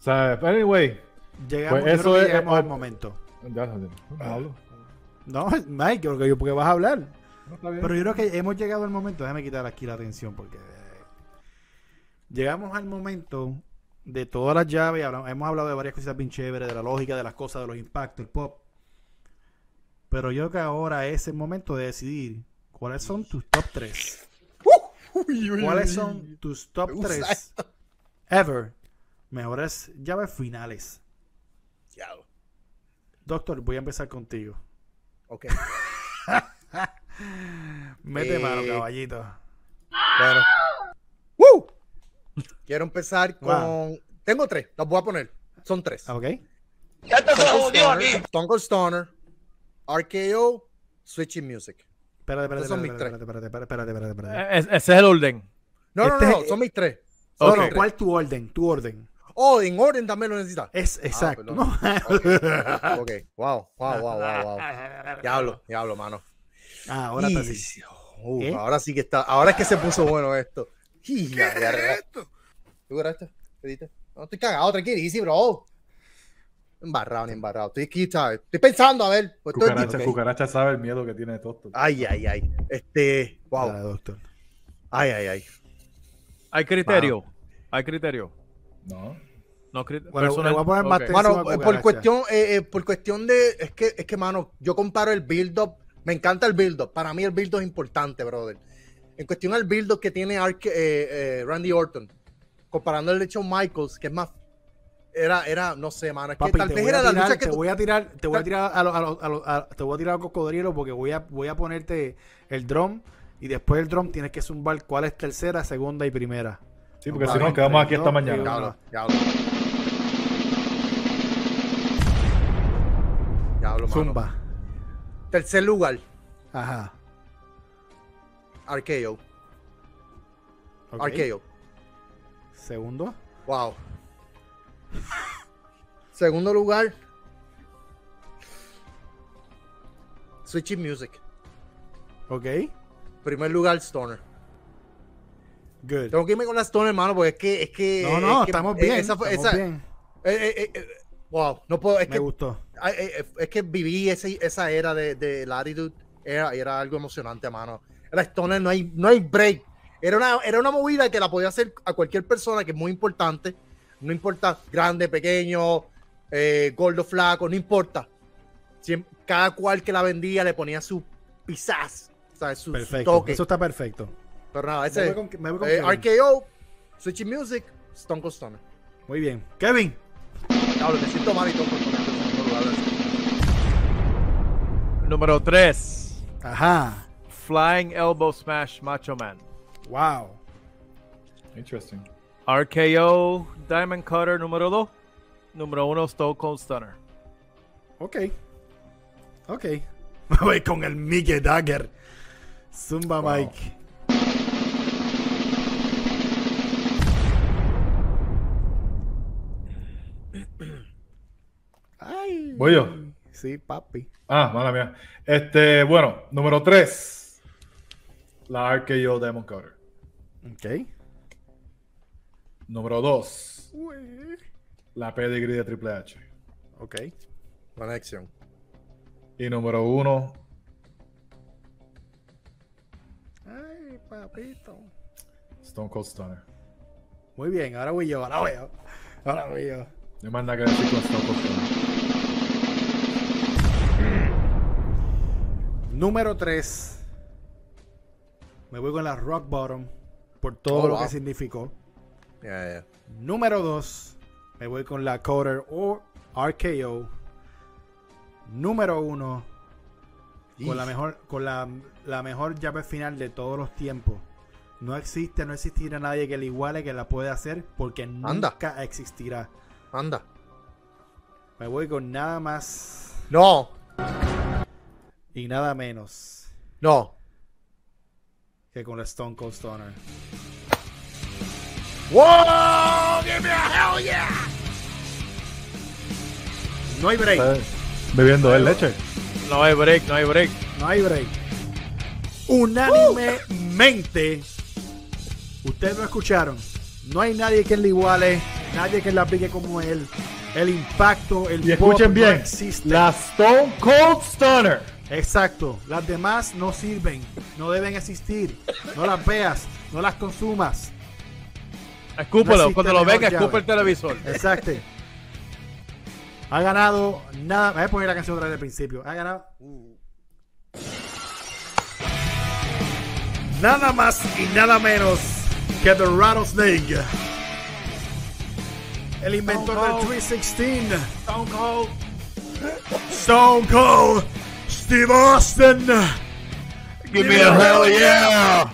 ¿Sabes? Pero Anyway, llegamos, Pues yo creo eso que es- llegamos eh, al momento. ya no no Ah, hablo. No, Mike, creo que yo porque vas a hablar. No, está bien. Pero yo creo que hemos llegado al momento. Déjame quitar aquí la atención porque eh, llegamos al momento de todas las llaves. habla- hemos hablado de varias cosas bien chéveres, de la lógica de las cosas, de los impactos, el pop. Pero yo creo que ahora es el momento de decidir cuáles son tus top 3. Uy, uy, ¿Cuáles uy. son tus top Me gusta 3 ever mejores llaves finales? Diablo. Doctor, voy a empezar contigo. Ok. Ok. Mete Eh, mano, caballito. Bueno. ¡Woo! Quiero empezar con. Wow. Tengo tres, las voy a poner. Son tres. Ok. Stone Cold Stoner, Stone Cold Stoner, RKO, Switching Music. Espérate, espérate, Esos son espérate, mis Eh, espérate, espérate, espérate, espérate, espérate, espérate. E- ese es el orden. No, no, Este no, es- son mis tres. No, Ok. no, ¿cuál tu orden? Tu orden. Oh, en orden también lo necesitas. Es exacto. Ah, perdón. no. Ok, wow, wow, wow, wow, wow. Diablo, diablo, mano. Ah, ahora está así. Y- Uf, ¿Eh? Ahora sí que está. Ahora es que se puso bueno esto. ¿Qué esto? ¿Tú grabaste? ¿Pediste? No, estoy cagado, tranquilo, easy, bro. Embarrado, ni embarrado. Estoy aquí, ¿sabes? Estoy pensando, a ver. pues, todo el Cucaracha, tiempo, ok. cucaracha sabe el miedo que tiene de Tosto. Ay, ay, ay. Este, Dale, wow. doctor. Ay, ay, ay. Hay criterio. Hay criterio. No. No cri- Bueno, personal. le voy a poner más Ok. tres. Mano, Pésima eh, por cucaracha. cuestión, eh, eh, por cuestión de, es que, es que, mano, yo comparo el build-up, me encanta el build-up, para mí el build-up es importante, brother. En cuestión al build-up que tiene Ark- eh, eh, Randy Orton, comparando el hecho Michaels, que es más, era, era, no sé, mano, es que Papi, tal te vez voy, a era la tirar, lucha que te tú- voy a tirar, te voy a Tal- tirar a los, a los- a los- a- te voy a tirar a cocodrilo porque voy a, voy a ponerte el drum y después del drum tienes que zumbar cuál es tercera, segunda y primera. Sí, porque Ah, si no, no, nos quedamos aquí no, esta no. mañana. Diablo, diablo. Diablo, mano. Zumba. Tercer lugar, Ajá. RKO, Ok. RKO. Segundo. Wow. Segundo lugar. Switching Music. Ok. Primer lugar, Stoner. Good. Tengo que irme con la Stoner, hermano, porque es que. Es que No, no, es que- estamos eh, bien. esa fue- estamos esa- bien. eh, eh, eh, eh, wow, no puedo. Es Me que, gustó. ay, eh, eh, es que viví ese- esa era de, de la actitud. Era, era algo emocionante, hermano. La Stoner no hay, no hay break. Era una, era una movida que la podía hacer a cualquier persona, que es muy importante. No importa grande, pequeño, eh, gordo, flaco, no importa. Siem- cada cual que la vendía le ponía su pisaz, o sea, su, su Perfecto. toque. Eso está perfecto. Pero nada, Me ese voy con- me voy con eh, Kevin. RKO, Switching Music, Stone Cold Stunner. Muy bien. Kevin. Diablo, me siento mal y todo por ponerlo en segundo lugar. Número 3. Ajá. Flying Elbow Smash Macho Man. Wow. Interesting. RKO Diamond Cutter número 2. Número 1 Stone Cold Stunner. Ok. Ok. Me voy con el Mickey Dagger. Zumba Wow. Mike. Ay. Voy yo. Sí, papi. Ah, mala mía. Este, bueno, número 3. La RKO Demon Cutter. Ok. Número 2. La pedigree de Triple H. Ok. Buena acción. Y número 1. Ay, papito. Stone Cold Stunner. Muy bien, ahora voy yo, ahora voy yo. Ahora voy yo. No hay más nada que decir con Stone Cold Stunner. Número 3. Me voy con la Rock Bottom por todo Oh, lo wow. que significó. Yeah, yeah. Número 2. Me voy con la Coder o RKO. Número 1. Con la mejor, con la, la mejor llave final de todos los tiempos. No existe, no existirá nadie que le iguale, que la pueda hacer, porque Anda. nunca existirá. Anda. Me voy con nada más No, y nada menos no. que con la Stone Cold Stoner. ¡Wow! Oh, ¡Give me a hell yeah! No hay break. ¿Está bebiendo el leche? No hay break, no hay break. No hay break. Unánimemente, ustedes lo escucharon. No hay nadie que le iguale, nadie que le aplique como él. El impacto, el Y pop escuchen no bien. existe. La Stone Cold Stunner. Exacto. Las demás no sirven, no deben existir. No las veas, no las consumas. No Escúpalo. existe Cuando lo mejor venga, escupa llave. el televisor. Exacto. Ha ganado nada. Voy a poner la canción otra vez del principio. Ha ganado. Nada más y nada menos que The Rattlesnake. El inventor Stone del Cold. 316. Stone Cold. Stone Cold Steve Austin. Give me a hell yeah.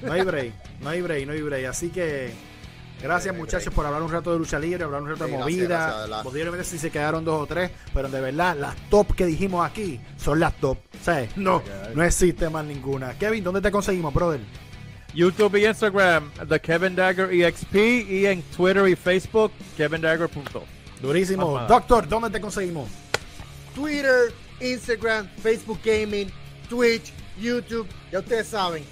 No hay break, no hay break, no hay break. Así que gracias hay muchachos Eh, break. por hablar un rato de lucha libre, hablar un rato de Sí, gracias, gracias, de movida. verdad. Posiblemente si se quedaron dos o tres, pero de verdad las top que dijimos aquí son las top. O sea, no, no existe más ninguna. Kevin, ¿dónde te conseguimos, brother? YouTube y Instagram, The Kevin Dagger EXP, y en Twitter y Facebook, Kevin Dagger. punto. Durísimo. Más nada. Doctor, ¿dónde te conseguimos? Twitter, Instagram, Facebook Gaming, Twitch, YouTube. Ya ustedes saben.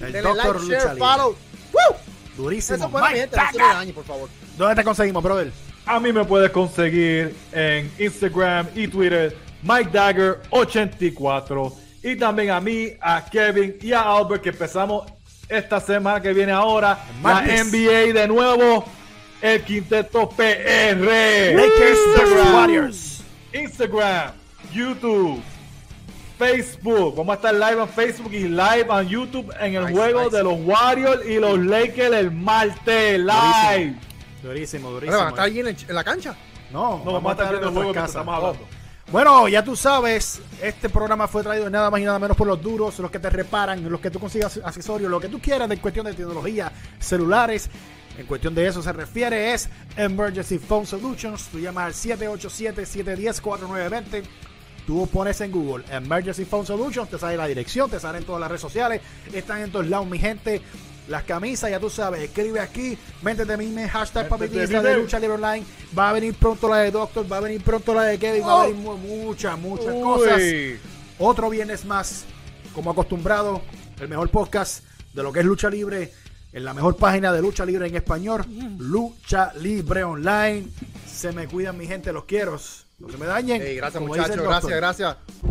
El Denle Doctor like, Lucha share, Libre. follow. ¡Woo! Durísimo. Eso fue mi Mike gente. No se me Taca. dañe, por favor. ¿Dónde te conseguimos, brother? A mí me puedes conseguir en Instagram y Twitter, Mike Dagger84. Y también a mí, a Kevin y a Albert, que empezamos esta semana que viene ahora. La Madness. NBA de nuevo, el Quinteto PR. Lakers versus Instagram. Warriors. Instagram, YouTube, Facebook. Vamos a estar live en Facebook y live en YouTube en el Nice, juego nice. de los Warriors y los Lakers el martes live. Durísimo, Ahora durísimo. van a estar allí en, el- en la cancha. No, No, vamos a estar viendo el juego que nuestras estamos casas. hablando. Bueno, ya tú sabes, este programa fue traído nada más y nada menos por los duros, los que te reparan, los que tú consigas accesorios, lo que tú quieras en cuestión de tecnología, celulares. En cuestión de eso se refiere es Emergency Phone Solutions. Tú llamas al 787-710-4920. Tú pones en Google Emergency Phone Solutions, te sale la dirección, te salen todas las redes sociales, están en todos lados, mi gente. Las camisas, ya tú sabes, escribe aquí, métete mime, hashtag papi Métete Tisa de mime. lucha libre online. Va a venir pronto la de Doctor, va a venir pronto la de Kevin, va a venir mu- muchas, muchas cosas. Oh. Uy. Otro viernes más, como acostumbrado, el mejor podcast de lo que es lucha libre, en la mejor página de lucha libre en español, Lucha Libre Online. Se me cuidan mi gente, los quiero. No se me dañen. Ey, gracias, como dice el muchachos. doctor. Gracias, gracias.